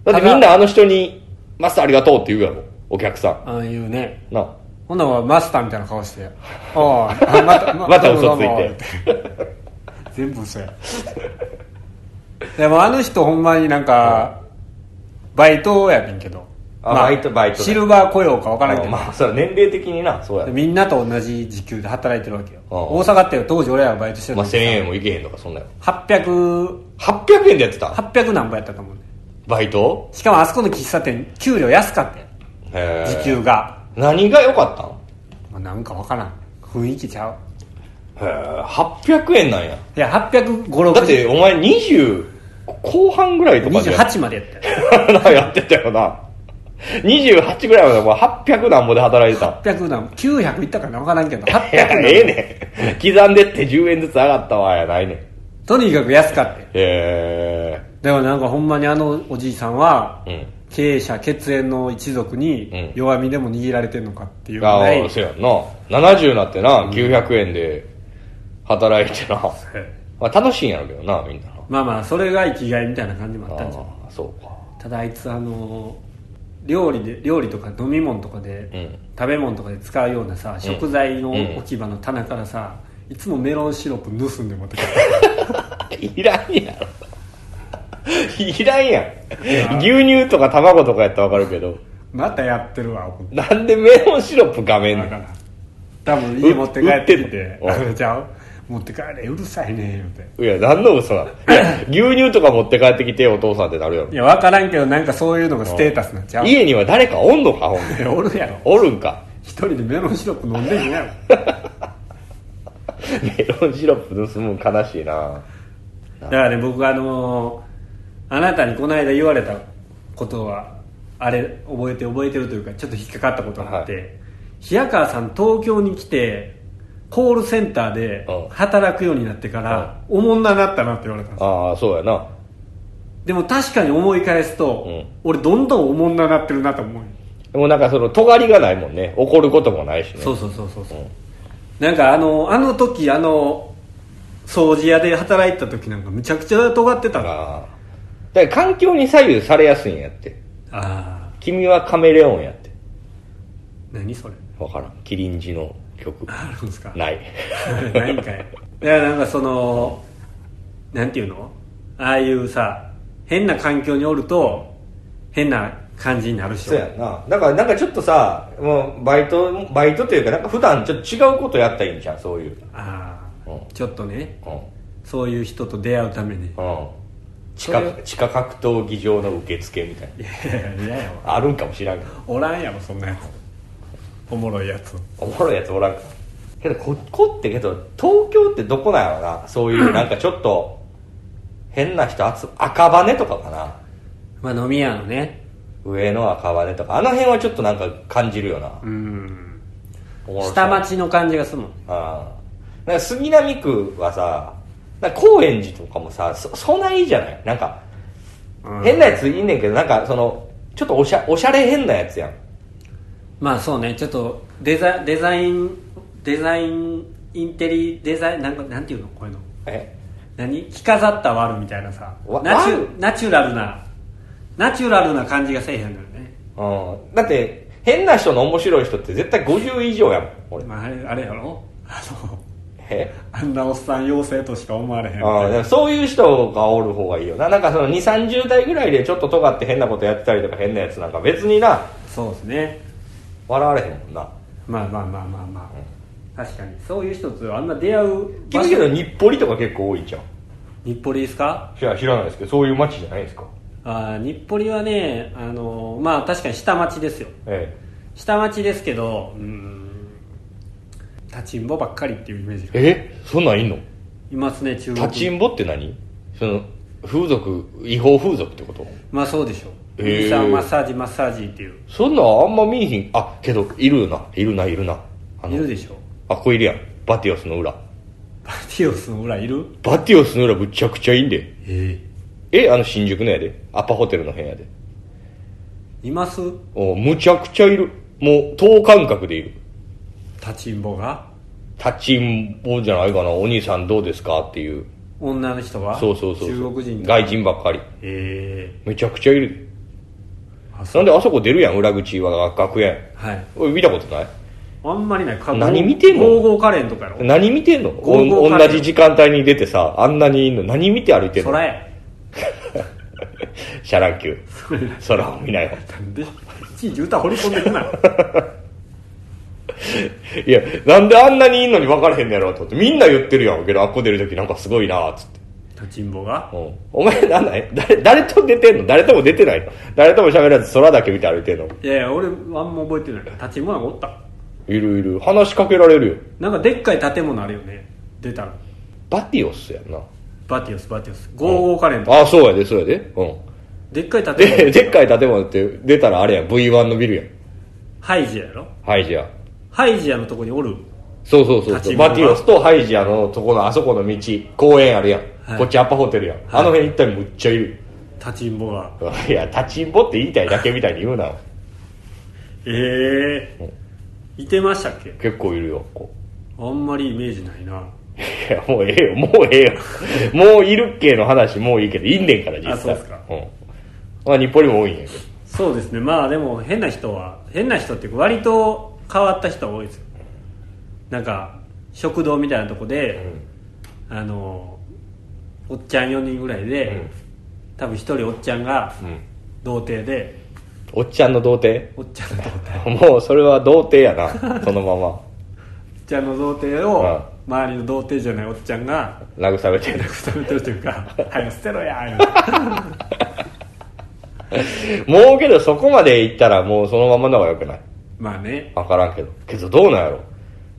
[SPEAKER 3] だってみんなあの人に「マスターありがとう」って言うやろお客さん
[SPEAKER 2] ああいうね
[SPEAKER 3] なあ
[SPEAKER 2] ほんならマスターみたいな顔して「おうあま
[SPEAKER 3] (laughs)
[SPEAKER 2] た
[SPEAKER 3] また嘘つ
[SPEAKER 2] どうもどうも
[SPEAKER 3] いて
[SPEAKER 2] 全部嘘やでもあの人ほんまになんかバイトやねんけど
[SPEAKER 3] あバイトバイトだ
[SPEAKER 2] シルバー雇用か分からんけど、
[SPEAKER 3] まあそれは年齢的になそうやな
[SPEAKER 2] みんなと同じ時給で働いてるわけよ
[SPEAKER 3] ああ
[SPEAKER 2] 大阪って当時俺らがバイトして
[SPEAKER 3] ま
[SPEAKER 2] た
[SPEAKER 3] あ
[SPEAKER 2] 時
[SPEAKER 3] 1000円もいけへんとかそんなよ
[SPEAKER 2] 800
[SPEAKER 3] 800円でやってた
[SPEAKER 2] 800何本やったと思うね
[SPEAKER 3] バイト
[SPEAKER 2] しかもあそこの喫茶店給料安かったよ
[SPEAKER 3] へえ
[SPEAKER 2] 時給が、
[SPEAKER 3] 何が良かった
[SPEAKER 2] まあ、なんか分からん雰囲気ちゃうん
[SPEAKER 3] へえ800円なんや
[SPEAKER 2] いや
[SPEAKER 3] だって
[SPEAKER 2] 856
[SPEAKER 3] お前20後半ぐらいとかで
[SPEAKER 2] 28までやったよ
[SPEAKER 3] (laughs) やってたよな28ぐらいまでお前800何本で働いて (laughs) た
[SPEAKER 2] 800何本900いったかな分からんけど800
[SPEAKER 3] いや (laughs) ええねん刻んでって10円ずつ上がったわやないねんへ
[SPEAKER 2] とにかく安かったよ
[SPEAKER 3] え
[SPEAKER 2] でもなんかほんまにあのおじいさんは
[SPEAKER 3] うん
[SPEAKER 2] 経営者血縁の一族
[SPEAKER 3] うん
[SPEAKER 2] に弱みでも握られてんのかっていうぐ
[SPEAKER 3] あ
[SPEAKER 2] らい、
[SPEAKER 3] あそうやんな70になってな900円で働いてな、まあ、楽しいんやろうけどなみんなな
[SPEAKER 2] (laughs) まあまあそれが生きがいみたいな感じもあったんじゃん
[SPEAKER 3] ああそうか
[SPEAKER 2] ただあいつあの料理で料理とか飲み物とかで、
[SPEAKER 3] うん
[SPEAKER 2] 食べ物とかで使うようなさ食材の置き場の棚からさ、いつもメロンシロップ盗んで持ってきて
[SPEAKER 3] いらんやろいらんやん牛乳とか卵とかやったらわかるけど
[SPEAKER 2] またやってるわ思って
[SPEAKER 3] なんでメロンシロップ画面
[SPEAKER 2] だか
[SPEAKER 3] ね
[SPEAKER 2] ら多分家持って帰ってき
[SPEAKER 3] 売って
[SPEAKER 2] て
[SPEAKER 3] た
[SPEAKER 2] あれちゃう持って帰れうるさいね言う
[SPEAKER 3] いや何の嘘なのいや牛乳とか持って帰ってきてお父さんってなるやろ
[SPEAKER 2] ていや分からんけどなんかそういうのがステータスなんちゃうい
[SPEAKER 3] 家には誰かおんのかほん
[SPEAKER 2] (laughs)
[SPEAKER 3] で
[SPEAKER 2] やおるやろ
[SPEAKER 3] おるんか
[SPEAKER 2] 一人でメロンシロップ飲んでんやろ
[SPEAKER 3] メロンシロップ盗むん悲しいな
[SPEAKER 2] だからね僕あのーあなたにこの間言われたことはあれ覚えて覚えてるというかちょっと引っかかったことがあって、
[SPEAKER 3] は
[SPEAKER 2] 平川さん東京に来てコールセンターで
[SPEAKER 3] うん
[SPEAKER 2] 働くようになってから、おもんななったなって言われたんです
[SPEAKER 3] ああそうやな
[SPEAKER 2] でも確かに思い返すと、
[SPEAKER 3] うん
[SPEAKER 2] 俺どんどんおもんななってるなと思うよ、
[SPEAKER 3] でもなんかその尖りがないもんね怒ることもないしね
[SPEAKER 2] そうそうそうそうそう、
[SPEAKER 3] うん
[SPEAKER 2] なんかあのあの時あの掃除屋で働いてた時なんかむちゃくちゃ尖ってたなあ
[SPEAKER 3] ああだから環境に左右されやすいんやって
[SPEAKER 2] あ
[SPEAKER 3] 君はカメレオンやって
[SPEAKER 2] ー何それ
[SPEAKER 3] わからんキリンジの曲
[SPEAKER 2] あるんですか
[SPEAKER 3] ない
[SPEAKER 2] (laughs) 何かいいやなんかそのなんていうのああいうさ変な環境におると変な感じになるし
[SPEAKER 3] (laughs) そうやんなだからなんかちょっとさもうバイトバイトというかなんか普段ちょっと違うことやったらいいんじゃんそういう
[SPEAKER 2] ああ、
[SPEAKER 3] うん
[SPEAKER 2] ちょっとね
[SPEAKER 3] うん、
[SPEAKER 2] そういう人と出会うために
[SPEAKER 3] うん、地
[SPEAKER 2] それ
[SPEAKER 3] 下地下格闘技場の受付みたい
[SPEAKER 2] いやいやいやよ
[SPEAKER 3] なあるんかもしらんけど
[SPEAKER 2] おらんやろそんなやつおもろいやつ
[SPEAKER 3] おもろいやつおらんかけどここってけど東京ってどこなんやろなそういうなんかちょっと変な人集赤羽とかかな
[SPEAKER 2] まあ飲み屋のね
[SPEAKER 3] 上の赤羽とかあの辺はちょっとなんか感じるよな
[SPEAKER 2] うん
[SPEAKER 3] おもろそう
[SPEAKER 2] 下町の感じがするもん
[SPEAKER 3] ああなんか杉並区はさなんか高円寺とかもさそそんないいじゃないなんか
[SPEAKER 2] うん
[SPEAKER 3] 変なやついんねんけどなんかそのちょっとおしゃおしゃれ変なやつやん
[SPEAKER 2] まあそうねちょっとデザデザインデザインインテリデザインなんかなんていうのこういうの
[SPEAKER 3] え
[SPEAKER 2] 何着飾ったワルみたいなさ
[SPEAKER 3] わ
[SPEAKER 2] ナチ
[SPEAKER 3] ワ
[SPEAKER 2] ュナチュラルなナチュラルな感じがせえへんのよね、
[SPEAKER 3] うんだって変な人の面白い人って絶対50以上やもん俺
[SPEAKER 2] まあ、あれあれやろあの
[SPEAKER 3] え
[SPEAKER 2] あんなおっさん妖精としか思われへんみたいな
[SPEAKER 3] ああでもそういう人がおる方がいいよななんかその2 3 0代ぐらいでちょっと尖って変なことやってたりとか変なやつなんか別にな
[SPEAKER 2] そうですね
[SPEAKER 3] 笑われへんもんな
[SPEAKER 2] まあまあまあまあまあ、確かにそういう人とあんな出会う
[SPEAKER 3] 聞くけど日暮里とか結構多いじゃん
[SPEAKER 2] 日暮里ですか
[SPEAKER 3] いや知らないですけどそういう街じゃないですか
[SPEAKER 2] あー日暮里はねあのまあ確かに下町ですよ
[SPEAKER 3] え
[SPEAKER 2] 下町ですけどうーん立ちんぼばっかりっていうイメージが
[SPEAKER 3] ええそんなんいんの
[SPEAKER 2] いますね中国
[SPEAKER 3] 立ちんぼって何その風俗違法風俗ってこと
[SPEAKER 2] まあそうでしょ
[SPEAKER 3] え
[SPEAKER 2] う
[SPEAKER 3] ー
[SPEAKER 2] 右さんマッサージマッサージっていう
[SPEAKER 3] そんなんあんま見えひんあけどいるよないるないるなあの
[SPEAKER 2] いるでしょ
[SPEAKER 3] あこいるやんバティオスの裏
[SPEAKER 2] バティオスの裏いる
[SPEAKER 3] バティオスの裏むちゃくちゃいいんで
[SPEAKER 2] え
[SPEAKER 3] えあの新宿のやでアパホテルの部屋で
[SPEAKER 2] えいます
[SPEAKER 3] おむちゃくちゃいるもう等間隔でいる
[SPEAKER 2] 立ちんぼが
[SPEAKER 3] 立ちんぼじゃないかなお兄さんどうですかっていう
[SPEAKER 2] 女の人は
[SPEAKER 3] そうそうそうそう
[SPEAKER 2] 中国人と
[SPEAKER 3] 外人ばっかり
[SPEAKER 2] え
[SPEAKER 3] めちゃくちゃいる
[SPEAKER 2] えあそ
[SPEAKER 3] な
[SPEAKER 2] うん
[SPEAKER 3] であそこ出るやん裏口は楽屋やん
[SPEAKER 2] はい
[SPEAKER 3] おい見たことない
[SPEAKER 2] あんまりないか
[SPEAKER 3] 何見てんの
[SPEAKER 2] ゴーゴーカレンとかやろ
[SPEAKER 3] 何見てんの
[SPEAKER 2] ゴーゴー
[SPEAKER 3] お
[SPEAKER 2] カレ
[SPEAKER 3] 同
[SPEAKER 2] ー
[SPEAKER 3] じ時間帯に出てさあんなにいんの何見て歩いてんの
[SPEAKER 2] 空や
[SPEAKER 3] シャランキュー空を見ないよ
[SPEAKER 2] なんでいちいち歌掘り込んでくな
[SPEAKER 3] いやなんであんなにいんのに分からへんのやろうと思ってみんな言ってるやんけどあっこ出る時なんかすごいなっつって、
[SPEAKER 2] 立ちんぼが
[SPEAKER 3] うんお前なんなん誰誰と出てんの誰とも出てないの誰とも喋らず空だけ見て歩いてんの
[SPEAKER 2] いやいや俺あんま覚えてない立ちんぼなんかおった
[SPEAKER 3] いるいる話しかけられるよ
[SPEAKER 2] なんかでっかい建物あるよね出たら
[SPEAKER 3] バティオスやんな
[SPEAKER 2] バティオスバティオスゴーゴーカレンとか
[SPEAKER 3] ああそうやでそうやでうん
[SPEAKER 2] でっかい建物
[SPEAKER 3] (laughs) ででっかい建物って出たらあれやん V1 のビルやん
[SPEAKER 2] ハイジアやろ
[SPEAKER 3] はいじゃあ
[SPEAKER 2] ハイジアのとこにおる
[SPEAKER 3] そうそうそう
[SPEAKER 2] 立
[SPEAKER 3] そ
[SPEAKER 2] ち
[SPEAKER 3] う。
[SPEAKER 2] んぼ
[SPEAKER 3] バティオスとハイジアのとこのあそこの道、公園あるやん。
[SPEAKER 2] はい
[SPEAKER 3] こっちアッパホテルやん。あの辺一帯むっちゃいる。
[SPEAKER 2] 立ちんぼが
[SPEAKER 3] いや、立ちんぼって言いたいだけみたいに言うな。
[SPEAKER 2] ええいてましたっけ
[SPEAKER 3] 結構いるよ、こう。
[SPEAKER 2] あんまりイメージないない
[SPEAKER 3] や、もうええよ、もう
[SPEAKER 2] (laughs)
[SPEAKER 3] ええよ。もういるっけの話、もういいけど、いんねんから、実際。
[SPEAKER 2] あそうっすか
[SPEAKER 3] ん。まあ、日暮里も多いんやけど。
[SPEAKER 2] そうですねまあでも変な人は変な人っていうか割と変わった人は多いですよなんか食堂みたいなとこで、あのおっちゃん4人ぐらいで、
[SPEAKER 3] うん
[SPEAKER 2] 多分1人おっちゃんが
[SPEAKER 3] うん。
[SPEAKER 2] 童貞で
[SPEAKER 3] おっちゃんの童貞
[SPEAKER 2] おっちゃんの童貞
[SPEAKER 3] もう、それは童貞や
[SPEAKER 2] (laughs)
[SPEAKER 3] な、そのまま。
[SPEAKER 2] おっちゃんの童貞
[SPEAKER 3] うん
[SPEAKER 2] を周りの童貞じゃないおっちゃんが
[SPEAKER 3] 慰めてる。
[SPEAKER 2] 慰めてるという (laughs) か「早く捨てろや」言うて
[SPEAKER 3] もうけど、そこまで行ったら、もうそのままの方が良くない。
[SPEAKER 2] まあね
[SPEAKER 3] わからんけど。けど、どうなんやろ。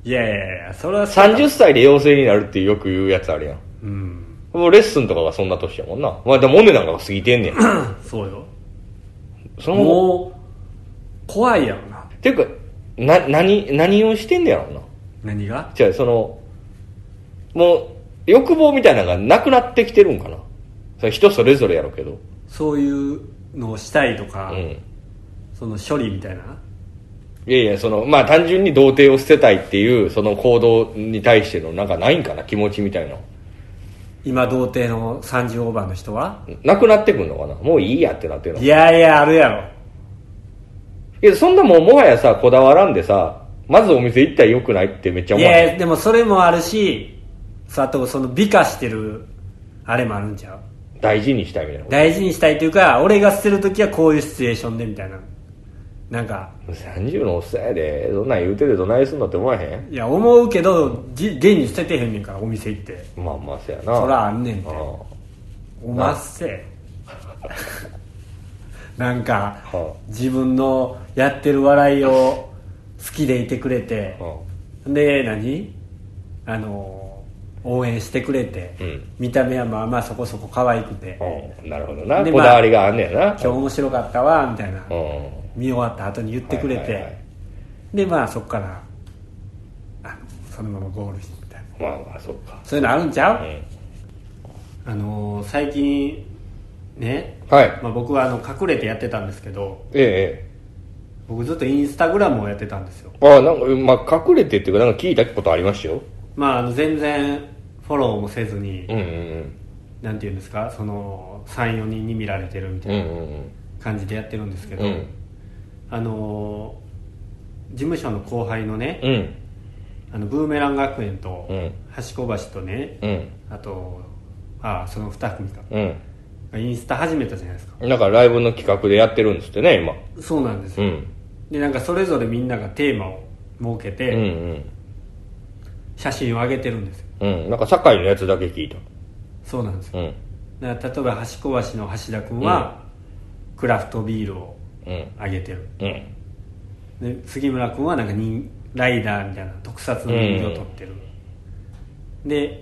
[SPEAKER 2] いやいやいやそれはそうだ
[SPEAKER 3] 30歳で陽性になるってよく言うやつあるやん。
[SPEAKER 2] うん
[SPEAKER 3] もうレッスンとかがそんな年やもんな。まあでも、おねなんかが過ぎてんねん。
[SPEAKER 2] (clears throat) そうよ
[SPEAKER 3] そのまま
[SPEAKER 2] もう怖いやろな
[SPEAKER 3] ていうか、な、何、何をしてんねやろな。
[SPEAKER 2] 何が
[SPEAKER 3] じゃあ、その、もう、欲望みたいなのがなくなってきてるんかな。それ人それぞれやろうけど。
[SPEAKER 2] そういうのをしたいとか、
[SPEAKER 3] うん。
[SPEAKER 2] その処理みたいない
[SPEAKER 3] やいや、その、まあ単純に童貞を捨てたいっていう、その行動に対しての、なんかないんかな、気持ちみたいな。
[SPEAKER 2] 今童貞の30オーバーの人は
[SPEAKER 3] なくなってくんのかな。もういいやってなってるの
[SPEAKER 2] い。やいやあるやろ
[SPEAKER 3] けど、そんなもうもはやさ、こだわらんでさ、まずお店行ったら良くないってめっちゃ
[SPEAKER 2] い
[SPEAKER 3] 思わない
[SPEAKER 2] やでもそれもあるしさあとその美化してるあれもあるんちゃう
[SPEAKER 3] 大事にしたいみたいなこ
[SPEAKER 2] 大事にしたいというか俺が捨てる時はこういうシチュエーションでみたいななんか
[SPEAKER 3] と30のおっさんやでそんなん言うててどないすんのって思わへん
[SPEAKER 2] いや思うけどじ現に捨ててへんねんからお店行って
[SPEAKER 3] まあまあせやな
[SPEAKER 2] そらあんねんて
[SPEAKER 3] う
[SPEAKER 2] おまっせ (laughs) なんか
[SPEAKER 3] は
[SPEAKER 2] 自分のやってる笑いを好きでいてくれて
[SPEAKER 3] ん
[SPEAKER 2] で何あの応援してくれて、
[SPEAKER 3] うん
[SPEAKER 2] 見た目はまあまあそこそこ可愛くて、
[SPEAKER 3] うんなるほどな
[SPEAKER 2] で
[SPEAKER 3] こだわりがあんねやな
[SPEAKER 2] 今日面白かったわみたいな、
[SPEAKER 3] うん
[SPEAKER 2] 見終わった後に言ってくれて、
[SPEAKER 3] はいはいはい
[SPEAKER 2] でまあそこからあのそのままゴールしてみたいな
[SPEAKER 3] まあまあそっか
[SPEAKER 2] そういうのあるんちゃ
[SPEAKER 3] う
[SPEAKER 2] う、
[SPEAKER 3] ん
[SPEAKER 2] あのー最近ね、
[SPEAKER 3] はい
[SPEAKER 2] まあ、僕はあの隠れてやってたんですけど
[SPEAKER 3] え
[SPEAKER 2] 僕ずっとインスタグラムをやってたんですよ
[SPEAKER 3] えあなんかまあ隠れてっていうかなんか聞いたことありましたよ
[SPEAKER 2] まああの全然フォローもせずに、
[SPEAKER 3] うんうん
[SPEAKER 2] なんていうんですかその34人に見られてるみた
[SPEAKER 3] うんう
[SPEAKER 2] い
[SPEAKER 3] ん
[SPEAKER 2] な感じでやってるんですけど、
[SPEAKER 3] うんうん
[SPEAKER 2] あのー事務所の後輩のね、
[SPEAKER 3] うん
[SPEAKER 2] あのブーメラン学園と
[SPEAKER 3] うん
[SPEAKER 2] 橋小橋とね、
[SPEAKER 3] うん
[SPEAKER 2] あとああその2組か
[SPEAKER 3] うん
[SPEAKER 2] インスタ始めたじゃないですか
[SPEAKER 3] なんかライブの企画でやってるんですってね今
[SPEAKER 2] そうなんです
[SPEAKER 3] う
[SPEAKER 2] よ、
[SPEAKER 3] ん
[SPEAKER 2] でなんかそれぞれみんながテーマを設け
[SPEAKER 3] うん
[SPEAKER 2] て写真を上げてるんですよ
[SPEAKER 3] うんうんなんか堺のやつだけ聞いた
[SPEAKER 2] そうなんですよ
[SPEAKER 3] うん
[SPEAKER 2] だから例えば橋小橋の橋田君は、クラフトビールを
[SPEAKER 3] うん
[SPEAKER 2] 上げてる
[SPEAKER 3] うん
[SPEAKER 2] で杉村君はなんか人ライダーみたいな特撮の人形を撮ってる、で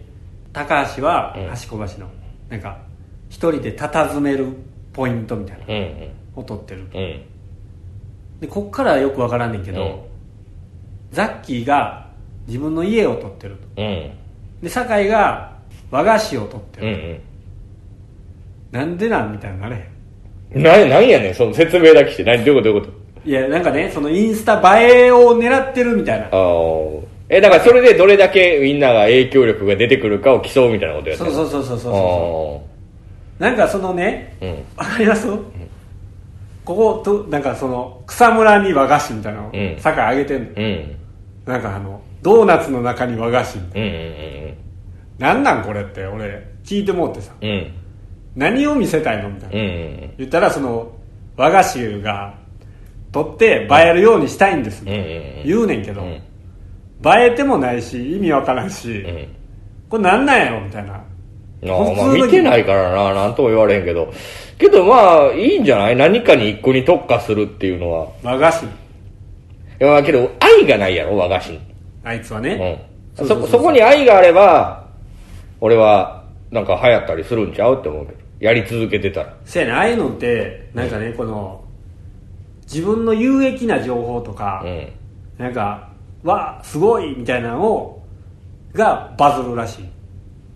[SPEAKER 2] 高橋は
[SPEAKER 3] うん
[SPEAKER 2] 橋小橋のなんか一人で佇めるポイントみたいな
[SPEAKER 3] うん
[SPEAKER 2] を撮ってる
[SPEAKER 3] うんうん
[SPEAKER 2] でこっからよくわからんねんけど、
[SPEAKER 3] うん
[SPEAKER 2] ザッキーが自分の家を撮ってると
[SPEAKER 3] うん
[SPEAKER 2] で酒井が和菓子を撮って
[SPEAKER 3] う
[SPEAKER 2] る、
[SPEAKER 3] ん
[SPEAKER 2] なんでなんみたいになれへん
[SPEAKER 3] うんななんやねんその説明だけして何どういうことどういうこと
[SPEAKER 2] いやなんかねそのインスタ映えを狙ってるみたいな
[SPEAKER 3] あーえだからそれでどれだけみんなが影響力が出てくるかを競うみたいなことやった
[SPEAKER 2] そうそうそうそうそう
[SPEAKER 3] あ
[SPEAKER 2] そうなんかそのね
[SPEAKER 3] ーうん
[SPEAKER 2] わかります、こことなんかその草むらに和菓子みたいなの、
[SPEAKER 3] うん
[SPEAKER 2] 酒井あげてんの
[SPEAKER 3] うん
[SPEAKER 2] なんかあのドーナツの中に和菓子みたい
[SPEAKER 3] うん
[SPEAKER 2] ななんなんこれって俺聞いてもうってさ
[SPEAKER 3] うんうんうん
[SPEAKER 2] 何を見せたいのみたいな、
[SPEAKER 3] うんうん
[SPEAKER 2] 言ったらその和菓子が取って映えるようにしたいんです、
[SPEAKER 3] うんうん
[SPEAKER 2] 言うねんけど、
[SPEAKER 3] うん
[SPEAKER 2] 映えてもないし意味わからんし、
[SPEAKER 3] うん
[SPEAKER 2] これなんなんやろみたいな
[SPEAKER 3] あーまあ
[SPEAKER 2] 普通の
[SPEAKER 3] 見てないからななんとも言われへんけどけどまあいいんじゃない何かに一個に特化するっていうのは
[SPEAKER 2] 和菓子
[SPEAKER 3] いやけど愛がないやろ和菓子に
[SPEAKER 2] あいつはね、
[SPEAKER 3] うん、そこそこに愛があれば俺はなんか流行ったりするんちゃうって思うけどやり続けてたら
[SPEAKER 2] せやねああいうのってなんかね、この自分の有益な情報とか、
[SPEAKER 3] うん
[SPEAKER 2] なんかわあすごいみたいなのをがバズるらしい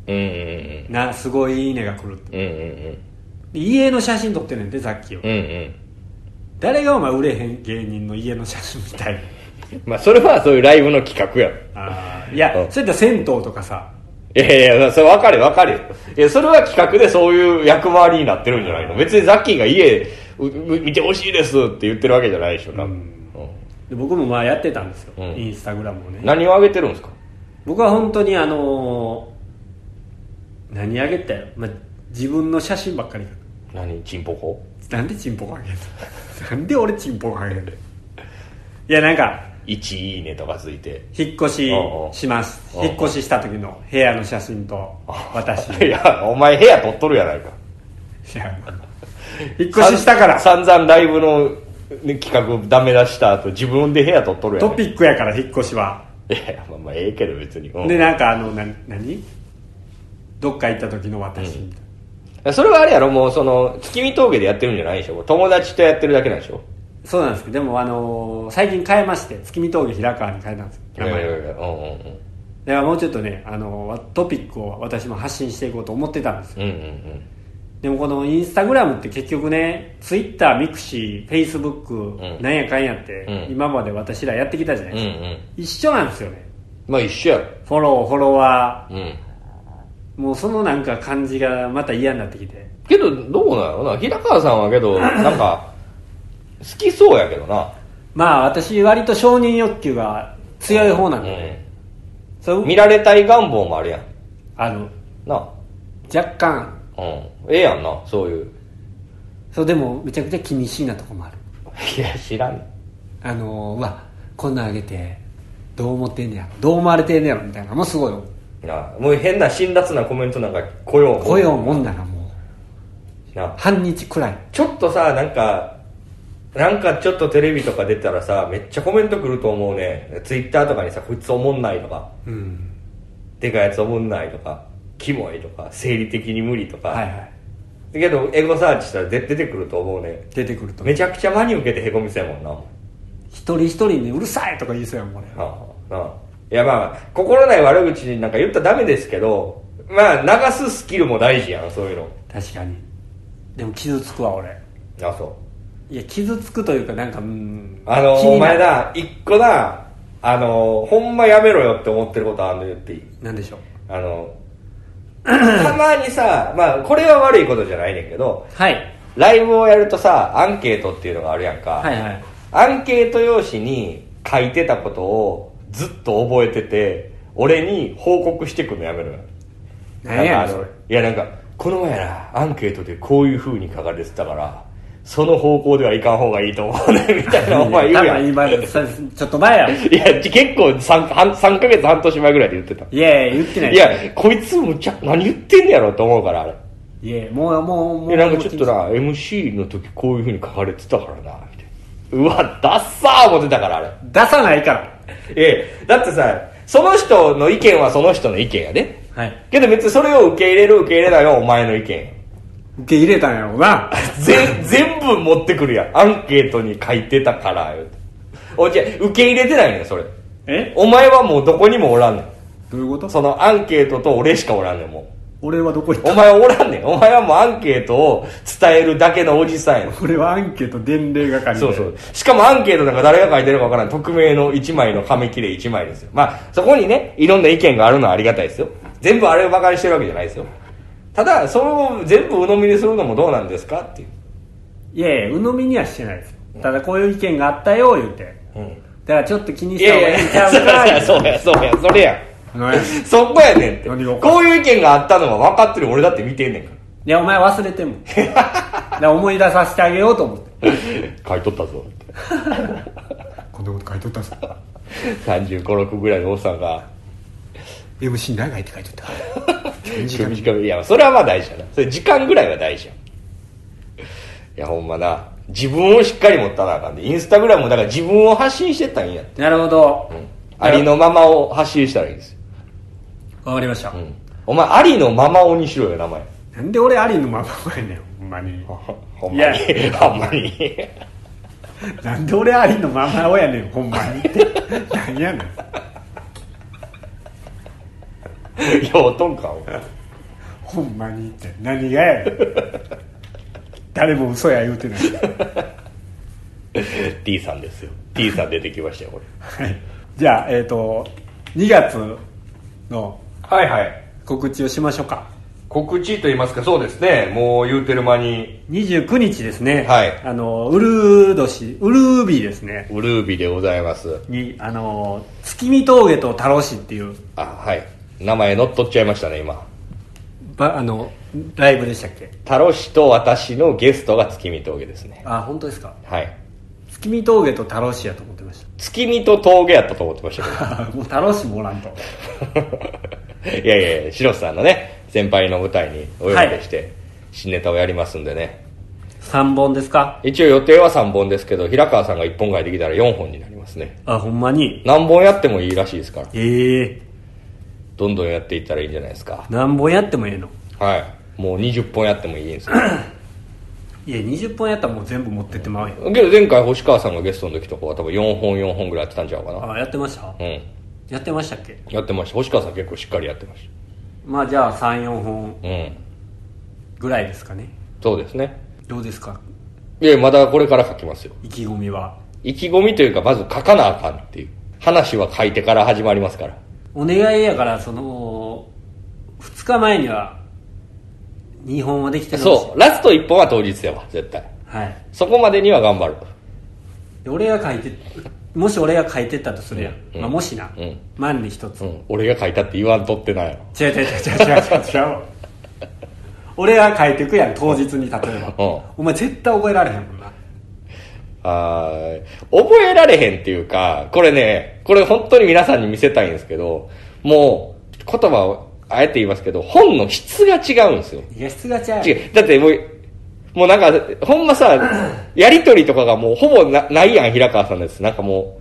[SPEAKER 3] うんうん
[SPEAKER 2] なすごいいいねが来るって
[SPEAKER 3] うんうんうん
[SPEAKER 2] で家の写真撮ってんねんでさっきを、
[SPEAKER 3] うんうん
[SPEAKER 2] 誰がお前売れへん芸人の家の写真みたいな
[SPEAKER 3] うんまあそれはそういうライブの企画やろ
[SPEAKER 2] あーいや、
[SPEAKER 3] うん
[SPEAKER 2] そういった銭湯とかさ
[SPEAKER 3] いやいやそれ分かる分かるよいやそれは企画でそういう役回りになってるんじゃないの別にザッキーが家うう見てほしいですって言ってるわけじゃないでしょ多分うん
[SPEAKER 2] で僕もまあやってたんですよ、
[SPEAKER 3] うん
[SPEAKER 2] インスタグラムをね
[SPEAKER 3] 何をあげてるんですか
[SPEAKER 2] 僕は本当にあのー何あげたよ、まあ、自分の写真ばっかり
[SPEAKER 3] 何チンポ法
[SPEAKER 2] なんでチンポがあげるの (laughs) なんで俺チンポがあげるのいやなんか
[SPEAKER 3] 1いいねとかついて
[SPEAKER 2] 引っ越し
[SPEAKER 3] うんうん
[SPEAKER 2] します
[SPEAKER 3] うんうん
[SPEAKER 2] 引っ越しした時の部屋の写真と私
[SPEAKER 3] (laughs) いやお前部屋取っとるやないか
[SPEAKER 2] いや (laughs) 引っ越ししたから
[SPEAKER 3] さん散々ライブのね企画ダメ出した後自分で部屋取っとるやん
[SPEAKER 2] トピックやから引っ越しはい
[SPEAKER 3] やいやまあまあええけど別に、うん
[SPEAKER 2] でなんかあのな何どっか行った時の私みたいな
[SPEAKER 3] それはあれやろもうその月見峠でやってるんじゃないでしょ友達とやってるだけなんでしょ
[SPEAKER 2] そうなんですけどでもあのー最近変えまして月見峠平川に変えたんですよ名前を
[SPEAKER 3] いやいやいやうんうんうん
[SPEAKER 2] だからもうちょっとねあのートピックを私も発信していこうと思ってたんですよ
[SPEAKER 3] うんうん
[SPEAKER 2] でもこのインスタグラムって結局ねツイッターミクシーフェイスブッ
[SPEAKER 3] う
[SPEAKER 2] ク
[SPEAKER 3] ん
[SPEAKER 2] なんやかんやって、
[SPEAKER 3] うん
[SPEAKER 2] 今まで私らやってきたじゃない
[SPEAKER 3] うんう
[SPEAKER 2] で
[SPEAKER 3] ん
[SPEAKER 2] すか、
[SPEAKER 3] うん
[SPEAKER 2] 一緒なんですよね
[SPEAKER 3] まあ一緒やろ
[SPEAKER 2] フォローフォロワ
[SPEAKER 3] うん
[SPEAKER 2] ーもうそのなんか感じがまた嫌になってきて
[SPEAKER 3] けどどうなのな平川さんはけ (laughs) どなんか好きそうやけどな
[SPEAKER 2] まあ私割と承認欲求が強い方なんで、ねそ
[SPEAKER 3] うん
[SPEAKER 2] う
[SPEAKER 3] 見られたい願望もあるやん
[SPEAKER 2] あの
[SPEAKER 3] な
[SPEAKER 2] 若干
[SPEAKER 3] うんええやんなそういう (laughs)
[SPEAKER 2] そうでもめちゃくちゃ気にしいなとこもある
[SPEAKER 3] いや知らん
[SPEAKER 2] あのーうわこんなんあげてどう思ってんねやろどう思われてんねやろみたいなのもすごい
[SPEAKER 3] なもう変な辛辣なコメントなんか来ようもん
[SPEAKER 2] 声をもんならも
[SPEAKER 3] な
[SPEAKER 2] う半日くらい
[SPEAKER 3] ちょっとさなんかなんかちょっとテレビとか出たらさめっちゃコメント来ると思うねツイッターとかにさこいつおもんないとか
[SPEAKER 2] うん
[SPEAKER 3] でかいやつおもんないとかキモいとか生理的に無理とか、
[SPEAKER 2] はいはい
[SPEAKER 3] だけどエゴサーチしたら出出てくると思うね
[SPEAKER 2] 出てくると
[SPEAKER 3] めちゃくちゃ真に受けてへこみそうやもんな
[SPEAKER 2] 一人一人にうるさいとか言いそうやもん俺
[SPEAKER 3] なあなあいやまあ心ない悪口なんか言ったらダメですけどまあ流すスキルも大事やんそういうの
[SPEAKER 2] 確かにでも傷つくわ俺
[SPEAKER 3] あそう
[SPEAKER 2] いや傷つくというかなんかうん
[SPEAKER 3] あの
[SPEAKER 2] 気にな
[SPEAKER 3] お前
[SPEAKER 2] る
[SPEAKER 3] な一個なあのほんまやめろよって思ってることあんの言っていい
[SPEAKER 2] なんでしょう
[SPEAKER 3] あ
[SPEAKER 2] (clears throat)
[SPEAKER 3] のたまにさまあこれは悪いことじゃないねんけど
[SPEAKER 2] はい
[SPEAKER 3] ライブをやるとさアンケートっていうのがあるやんか、
[SPEAKER 2] はいはい
[SPEAKER 3] アンケート用紙に書いてたことをずっと覚えてて俺に報告してくんのやめろよ
[SPEAKER 2] 何やねん
[SPEAKER 3] なん
[SPEAKER 2] そ
[SPEAKER 3] かあの
[SPEAKER 2] れ
[SPEAKER 3] いやなんかこの前なアンケートでこういう風に書かれてたからその方向ではいかん方がいいと思うねみたいなお前言うやん
[SPEAKER 2] 多分今それちょっと前や
[SPEAKER 3] いや、じ結構 3, 半3ヶ月半年前ぐらいで言ってた。
[SPEAKER 2] いやいや言ってない
[SPEAKER 3] いや、こいつむちゃ、何言ってんねやろと思うから、あれ。
[SPEAKER 2] いやもうもうも
[SPEAKER 3] いうやなんかちょっとな、MC の時こういう風に書かれてたからな、みたいな。うわ、ダッサー思ってたから、あれ。
[SPEAKER 2] 出さないから
[SPEAKER 3] ええ、だってさ、その人の意見はその人の意見やね。
[SPEAKER 2] はい
[SPEAKER 3] けど別にそれを受け入れる受け入れないはお前の意見や。
[SPEAKER 2] 受け入れたんやろうな
[SPEAKER 3] 全全部持ってくるやん。アンケートに書いてたから、言うておじゃ受け入れてないねん、それ。
[SPEAKER 2] え
[SPEAKER 3] お前はもうどこにもおらんねん。
[SPEAKER 2] どういうこと
[SPEAKER 3] そのアンケートと俺しかおらんねん、もう。
[SPEAKER 2] 俺はどこ行った
[SPEAKER 3] お前おらんねん。お前はもうアンケートを伝えるだけのおじさんやねん。
[SPEAKER 2] 俺はアンケート伝令係
[SPEAKER 3] そうそう。しかもアンケートなんか誰が書いてるかわからん。匿名の1枚の紙切れ1枚ですよ。まあ、そこにね、いろんな意見があるのはありがたいですよ。全部あれを馬鹿にしてるわけじゃないですよ。ただ、それを全部鵜呑みにするのもどうなんですかっていう。
[SPEAKER 2] いやいや鵜呑みにはしてないですただこういう意見があったよ言うて
[SPEAKER 3] うん。
[SPEAKER 2] だからちょっと気に
[SPEAKER 3] い
[SPEAKER 2] した方が
[SPEAKER 3] や
[SPEAKER 2] いいん
[SPEAKER 3] い
[SPEAKER 2] ちゃ
[SPEAKER 3] や、
[SPEAKER 2] う
[SPEAKER 3] そう
[SPEAKER 2] か
[SPEAKER 3] や、そうや、そうや、それや。
[SPEAKER 2] 何や
[SPEAKER 3] そこやねんって
[SPEAKER 2] 何が。
[SPEAKER 3] こういう意見があったのは分かってる俺だって見てんねんから。 (laughs)
[SPEAKER 2] いやお前忘れてんもんだから思い出させてあげようと思って
[SPEAKER 3] 書いとったぞって。
[SPEAKER 2] こんなこと書いとったさ
[SPEAKER 3] 35、6ぐらいのおっさんが。
[SPEAKER 2] MC 長いって書いとった
[SPEAKER 3] 短めいやそれはまあ大事だなそれ時間ぐらいは大事やんいやほんまな自分をしっかり持ったらあかんでインスタグラムもだから自分を発信してったらいいんやって、
[SPEAKER 2] なるほど、
[SPEAKER 3] ありのままを発信したらいいんですよ、
[SPEAKER 2] わかりました、
[SPEAKER 3] うん、お前ありのままをにしろよ名前
[SPEAKER 2] なんで俺ありのままやねんほんまに
[SPEAKER 3] ほん
[SPEAKER 2] い
[SPEAKER 3] ま
[SPEAKER 2] や
[SPEAKER 3] にほんまに
[SPEAKER 2] なんで俺ありのままをやねんほんまにってなんやねん
[SPEAKER 3] ようとんかお前
[SPEAKER 2] ほんまにって何がやねん誰も嘘や言うてない
[SPEAKER 3] T さんですよ T さん出てきましたよこれ
[SPEAKER 2] はいじゃあえっ、と2月の
[SPEAKER 3] はいはい
[SPEAKER 2] 告知をしましょうか
[SPEAKER 3] 告知と言いますかそうですねもう言うてる間に
[SPEAKER 2] 29日ですね
[SPEAKER 3] はい
[SPEAKER 2] あのウルー年ウルービーですね
[SPEAKER 3] ウルービでございます
[SPEAKER 2] にあの月見峠と太郎市っていう
[SPEAKER 3] あはい名前乗っ取っちゃいましたね今
[SPEAKER 2] ばあのライブでしたっけ
[SPEAKER 3] タロシと私のゲストが月見峠ですね
[SPEAKER 2] あ本当ですか
[SPEAKER 3] はい
[SPEAKER 2] 月見峠と太郎市やと思ってまし
[SPEAKER 3] 月見と峠やったと思ってました
[SPEAKER 2] た (laughs) もう太郎市もおらんと
[SPEAKER 3] けど (laughs) いやいやいや白瀬さんのね先輩の舞台にお呼びでして、新ネタをやりますんでね
[SPEAKER 2] 3本ですか
[SPEAKER 3] 一応予定は3本ですけど平川さんが1本買いできたら4本になりますね
[SPEAKER 2] あほんまに
[SPEAKER 3] 何本やってもいいらしいですから
[SPEAKER 2] ええ
[SPEAKER 3] どんどんやっていったらいいんじゃないですか
[SPEAKER 2] 何本やってもええの
[SPEAKER 3] はいもう20本やってもいいんですよ
[SPEAKER 2] いや20本やったらもう全部持ってってまうよ
[SPEAKER 3] けど前回星川さんがゲストの時とかは多分4本4本ぐらいやってたんちゃうかな
[SPEAKER 2] あやってました
[SPEAKER 3] うん
[SPEAKER 2] やってましたっけ
[SPEAKER 3] やってました星川さん結構しっかりやってまし
[SPEAKER 2] まあじゃあ34本
[SPEAKER 3] たうん
[SPEAKER 2] ぐらいですかね
[SPEAKER 3] そうですね
[SPEAKER 2] どうですか
[SPEAKER 3] いや、まだこれから書きますよ。
[SPEAKER 2] 意気込みは
[SPEAKER 3] 意気込みというか、まず書かなあかんっていう。話は書いてから始まりますから。
[SPEAKER 2] お願いやからその2日前には2本はできてるんです
[SPEAKER 3] そう、ラスト1本は当日やわ、絶対。
[SPEAKER 2] はい
[SPEAKER 3] そこまでには頑張る。
[SPEAKER 2] で俺が書いてもし俺が書いてったとするやん、
[SPEAKER 3] うん
[SPEAKER 2] まあ、もしな、
[SPEAKER 3] うん
[SPEAKER 2] 万に一つ、
[SPEAKER 3] うん。俺が書いたって言わんとってないの。
[SPEAKER 2] 違う違う違う違う違う違う俺が書いてくやん当日に例えば
[SPEAKER 3] うん
[SPEAKER 2] お前絶対覚えられへんもんな
[SPEAKER 3] あー覚えられへんっていうか、これね、これ本当に皆さんに見せたいんですけど、もう、言葉をあえて言いますけど、本の質が違うんですよ。
[SPEAKER 2] いや質がちゃう
[SPEAKER 3] (laughs)
[SPEAKER 2] (laughs)
[SPEAKER 3] 違う。だってもう、もうなんか、ほんまさ、やりとりとかがもうほぼなないやん、平川さんのやつ。なんかも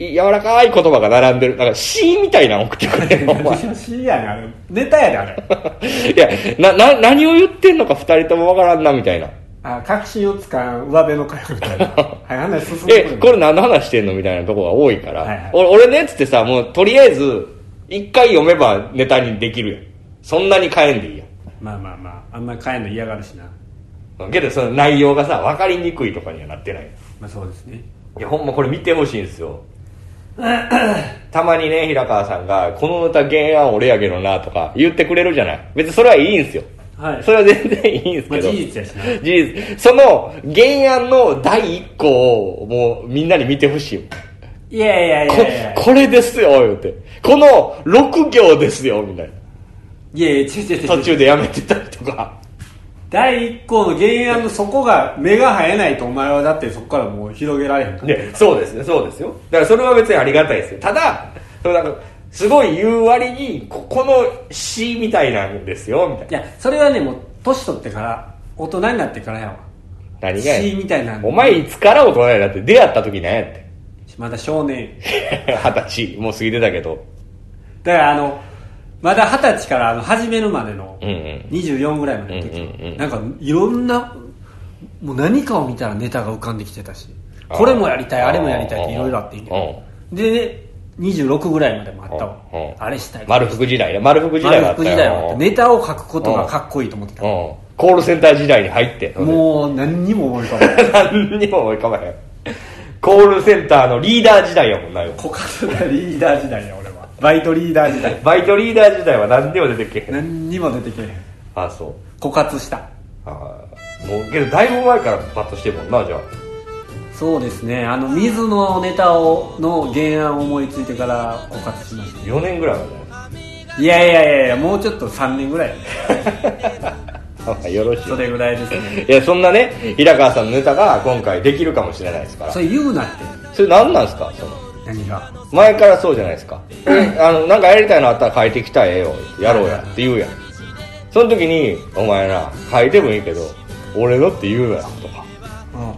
[SPEAKER 3] う、柔らかい言葉が並んでる。なんか詩みたいなの送ってくれ
[SPEAKER 2] (laughs)
[SPEAKER 3] よ、お前。
[SPEAKER 2] や知りやねんあれネタやであれ
[SPEAKER 3] いや、な、な、何を言ってんのか二人ともわからんな、みたいな。
[SPEAKER 2] あ確信をつかん上辺の会話みた
[SPEAKER 3] (laughs)
[SPEAKER 2] いなはい話進んでく
[SPEAKER 3] え、これ何の話してんのみたいなとこが多いから、
[SPEAKER 2] はいはい
[SPEAKER 3] 俺俺のやつってさ、もうとりあえず、一回読めばネタにできるやん。そんなに変えんでいいや
[SPEAKER 2] まあまあまああんまり変えんの嫌がるしな
[SPEAKER 3] ん。けどその内容がさ、分かりにくいとかにはなってないやん。
[SPEAKER 2] まあそうですね
[SPEAKER 3] いやほんまこれ見てほしいんですよ (clears throat) たまにね平川さんが「この歌原案俺やけどな」とか言ってくれるじゃない別にそれはいいんですよ
[SPEAKER 2] はい
[SPEAKER 3] それは全然いいんです
[SPEAKER 2] まあ
[SPEAKER 3] けど、
[SPEAKER 2] 事実やしな
[SPEAKER 3] 事実その原案の第一個をもうみんなに見てほしいよ
[SPEAKER 2] いやいやい
[SPEAKER 3] こ
[SPEAKER 2] やいや
[SPEAKER 3] これですよ言うてこの6行ですよみたい
[SPEAKER 2] いやいや違う違う違う
[SPEAKER 3] な途中でやめてたりとか
[SPEAKER 2] 第一項の原案のそこが目が生えないとお前はだってそこからもう広げられへんから
[SPEAKER 3] でそうですねそうですよだからそれは別にありがたいですよただそのなんかすごい言う割にここの詩みたいなんですよみたい
[SPEAKER 2] いやそれはねもう年取ってから大人になってからやわ
[SPEAKER 3] な何がやね
[SPEAKER 2] 詩
[SPEAKER 3] ん
[SPEAKER 2] みたいなん
[SPEAKER 3] お前いつから大人になって出会った時なんやって (laughs)
[SPEAKER 2] まだ少年
[SPEAKER 3] 二十歳もう過ぎてたけど
[SPEAKER 2] だからあのまだ二十歳からあの始めるまでの
[SPEAKER 3] うんうん
[SPEAKER 2] 24ぐらいまでの時、
[SPEAKER 3] うんうんうん
[SPEAKER 2] なんかいろんなもう何かを見たらネタが浮かんできてたし
[SPEAKER 3] あー
[SPEAKER 2] これもやりたいあれもやりたいっていろいろあっていいけど
[SPEAKER 3] う
[SPEAKER 2] でね26ぐらいまでもあったわ
[SPEAKER 3] うんうん
[SPEAKER 2] あれしたい
[SPEAKER 3] 丸福時代ね丸福時代
[SPEAKER 2] 丸
[SPEAKER 3] があっ
[SPEAKER 2] 福
[SPEAKER 3] た
[SPEAKER 2] 時
[SPEAKER 3] よ
[SPEAKER 2] 代はあったネタを書くこと
[SPEAKER 3] う
[SPEAKER 2] が
[SPEAKER 3] ん
[SPEAKER 2] かっこいいと思って
[SPEAKER 3] うん
[SPEAKER 2] た
[SPEAKER 3] コールセンター時代に入って
[SPEAKER 2] もう何にも思い浮かばない
[SPEAKER 3] 何にも思い浮かばへんコールセンターのリーダー時代やもんなよ
[SPEAKER 2] 小数がリーダー時代や俺はバイトリーダー時代
[SPEAKER 3] バイトリーダー時代は何にも出てけへん
[SPEAKER 2] 何にも出てけへん
[SPEAKER 3] あそう
[SPEAKER 2] 枯渇した
[SPEAKER 3] あーもうけどだいぶ前からパッとしてるもんなじゃあ
[SPEAKER 2] そうですねあの水のネタをの原案を思いついてから枯渇しまし
[SPEAKER 3] 4年ぐらい (laughs) 前じゃ
[SPEAKER 2] たいやいやいやいやもうちょっと3年ぐらいやね
[SPEAKER 3] ないよろし
[SPEAKER 2] それぐらいですね
[SPEAKER 3] いいやそんなね平川さんのネタが今回できるかもしれないですから
[SPEAKER 2] それ言うなって
[SPEAKER 3] それ何なんですかその
[SPEAKER 2] 何が
[SPEAKER 3] 前からそうじゃないですか、あのなんかやりたいのあったら書いてきたらええよやろうやって言うやんその時に「お前な書いてもいいけど俺のって言うやん」とか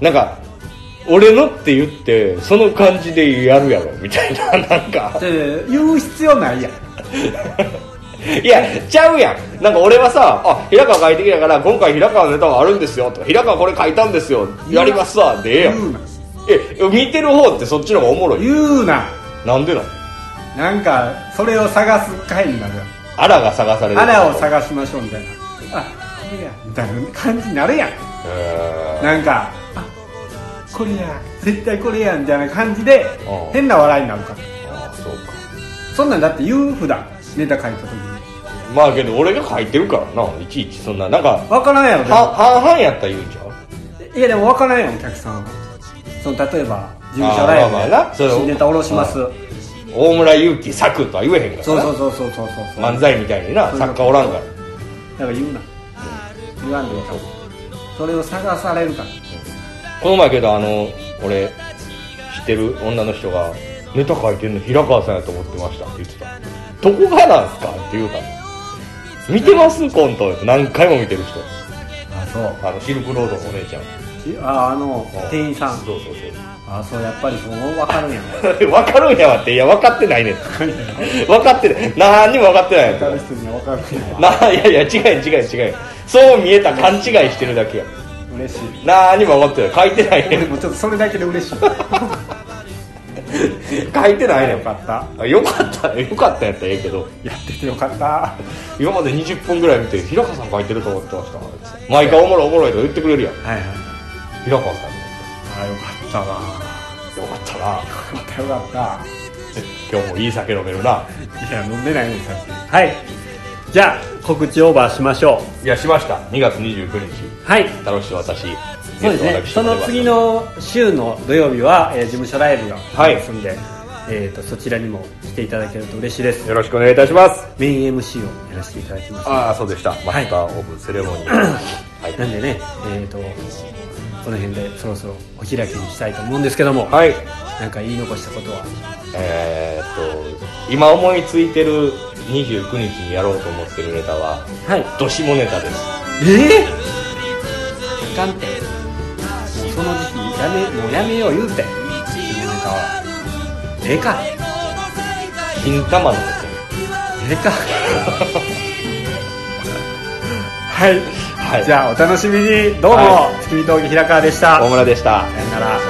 [SPEAKER 2] う
[SPEAKER 3] なんか「俺の」って言ってその感じでやるやろみたいななんか
[SPEAKER 2] んで言う必要ないやん
[SPEAKER 3] いや、ちゃうやん。なんか俺はさ、あ、平川書いてきたから、今回平川のネタがあるんですよ。とか、平川これ書いたんですよ。やりますわ。でええや。
[SPEAKER 2] 言うんな
[SPEAKER 3] え、見てる方ってそっちの方がおもろい。
[SPEAKER 2] 言うな
[SPEAKER 3] なんでなの
[SPEAKER 2] なんかそれを探す回になるやん
[SPEAKER 3] アラが探される。
[SPEAKER 2] アラを探しましょうみたいなあこれやみたいな感じになるやん
[SPEAKER 3] え
[SPEAKER 2] なんかあこれや絶対これやんみたいな感じで
[SPEAKER 3] うん
[SPEAKER 2] 変な笑いになるから
[SPEAKER 3] ー、ああ、そうか。
[SPEAKER 2] そんなんだって言う普段ネタ書いた時に
[SPEAKER 3] まあけど俺が書いてるからな、いちいちそんな。なんか、
[SPEAKER 2] 分からんやろで
[SPEAKER 3] は半々やったら言うんちゃう
[SPEAKER 2] もいやでも分からんやんお客さんはその例えば事務所ラ
[SPEAKER 3] あーまあ
[SPEAKER 2] イ
[SPEAKER 3] まあ
[SPEAKER 2] ブ
[SPEAKER 3] な
[SPEAKER 2] で
[SPEAKER 3] それを
[SPEAKER 2] 新ネタ下ろしますそう
[SPEAKER 3] 大村優輝作とは言えへんからな。
[SPEAKER 2] そうそうそうそうそうそう
[SPEAKER 3] 漫才みたいにな、
[SPEAKER 2] そういうこ
[SPEAKER 3] 作
[SPEAKER 2] と
[SPEAKER 3] 家おらんから。
[SPEAKER 2] だから言うな言わんでもそれを探されるから
[SPEAKER 3] この前けどあの俺知ってる女の人が「ネタ書いてんの平川さんやと思ってました」って言ってた「どこがなんすか?」って言うたの見てますコント何回も見てる人
[SPEAKER 2] あそう
[SPEAKER 3] あのシルクロードのお姉ちゃん
[SPEAKER 2] ああの店員さん
[SPEAKER 3] そうそう
[SPEAKER 2] あそうやっぱりそう分かるんやん
[SPEAKER 3] そう (laughs) 分かるんやわっていや分かっ
[SPEAKER 2] (laughs)
[SPEAKER 3] てないねん分かってない何にも分かってない
[SPEAKER 2] 分かる
[SPEAKER 3] ね
[SPEAKER 2] 人には分かるんや
[SPEAKER 3] んないやいや違う違う違うそう見えた勘違いしてるだけや
[SPEAKER 2] わ嬉しい
[SPEAKER 3] 何にも分かってない書いてないね
[SPEAKER 2] 俺
[SPEAKER 3] ん
[SPEAKER 2] もちょっとそれだけで嬉しいよ
[SPEAKER 3] 書いてないねん
[SPEAKER 2] かった
[SPEAKER 3] あよかったよかったやったらええけど
[SPEAKER 2] やっててよかった
[SPEAKER 3] 今まで20分ぐらい見て平川さん書いてると思ってました毎回おもろいおもろいとか言ってくれるやん
[SPEAKER 2] はいはい
[SPEAKER 3] 平川さん
[SPEAKER 2] あよかったわ
[SPEAKER 3] よかったな (laughs)
[SPEAKER 2] よかったよかっ
[SPEAKER 3] 今日もいい酒飲めるな
[SPEAKER 2] たいや飲んでないのにさはいじゃあ告知オーバーしましょ
[SPEAKER 3] いやしました2月29日
[SPEAKER 2] うはい
[SPEAKER 3] 楽しい私
[SPEAKER 2] そうですねその次
[SPEAKER 3] ゲスト私
[SPEAKER 2] の週の土曜日は、えー事務所ライブがありますんで、えー、とそちらにも来ていただけると嬉しいです
[SPEAKER 3] よろしくお願いいたします
[SPEAKER 2] メイン MC をやらせていただきます
[SPEAKER 3] ああそうでしたマスター・オブ・セレモニーはい
[SPEAKER 2] なんでねえっ、とこの辺でそろそろお開きにしたいと思うんですけども、
[SPEAKER 3] はい
[SPEAKER 2] なんか言い残したことは
[SPEAKER 3] えーっと今思いついてる29日にやろうと思ってるネタは
[SPEAKER 2] はい
[SPEAKER 3] ドシモネタです
[SPEAKER 2] えー、かんてもうその時期やめもうやめよう言うてなんかええか
[SPEAKER 3] 金玉のネタ
[SPEAKER 2] ええかはい、
[SPEAKER 3] はい
[SPEAKER 2] じゃあお楽しみにどうも、
[SPEAKER 3] は
[SPEAKER 2] 月見峠平川でした
[SPEAKER 3] 大村でした
[SPEAKER 2] さよなら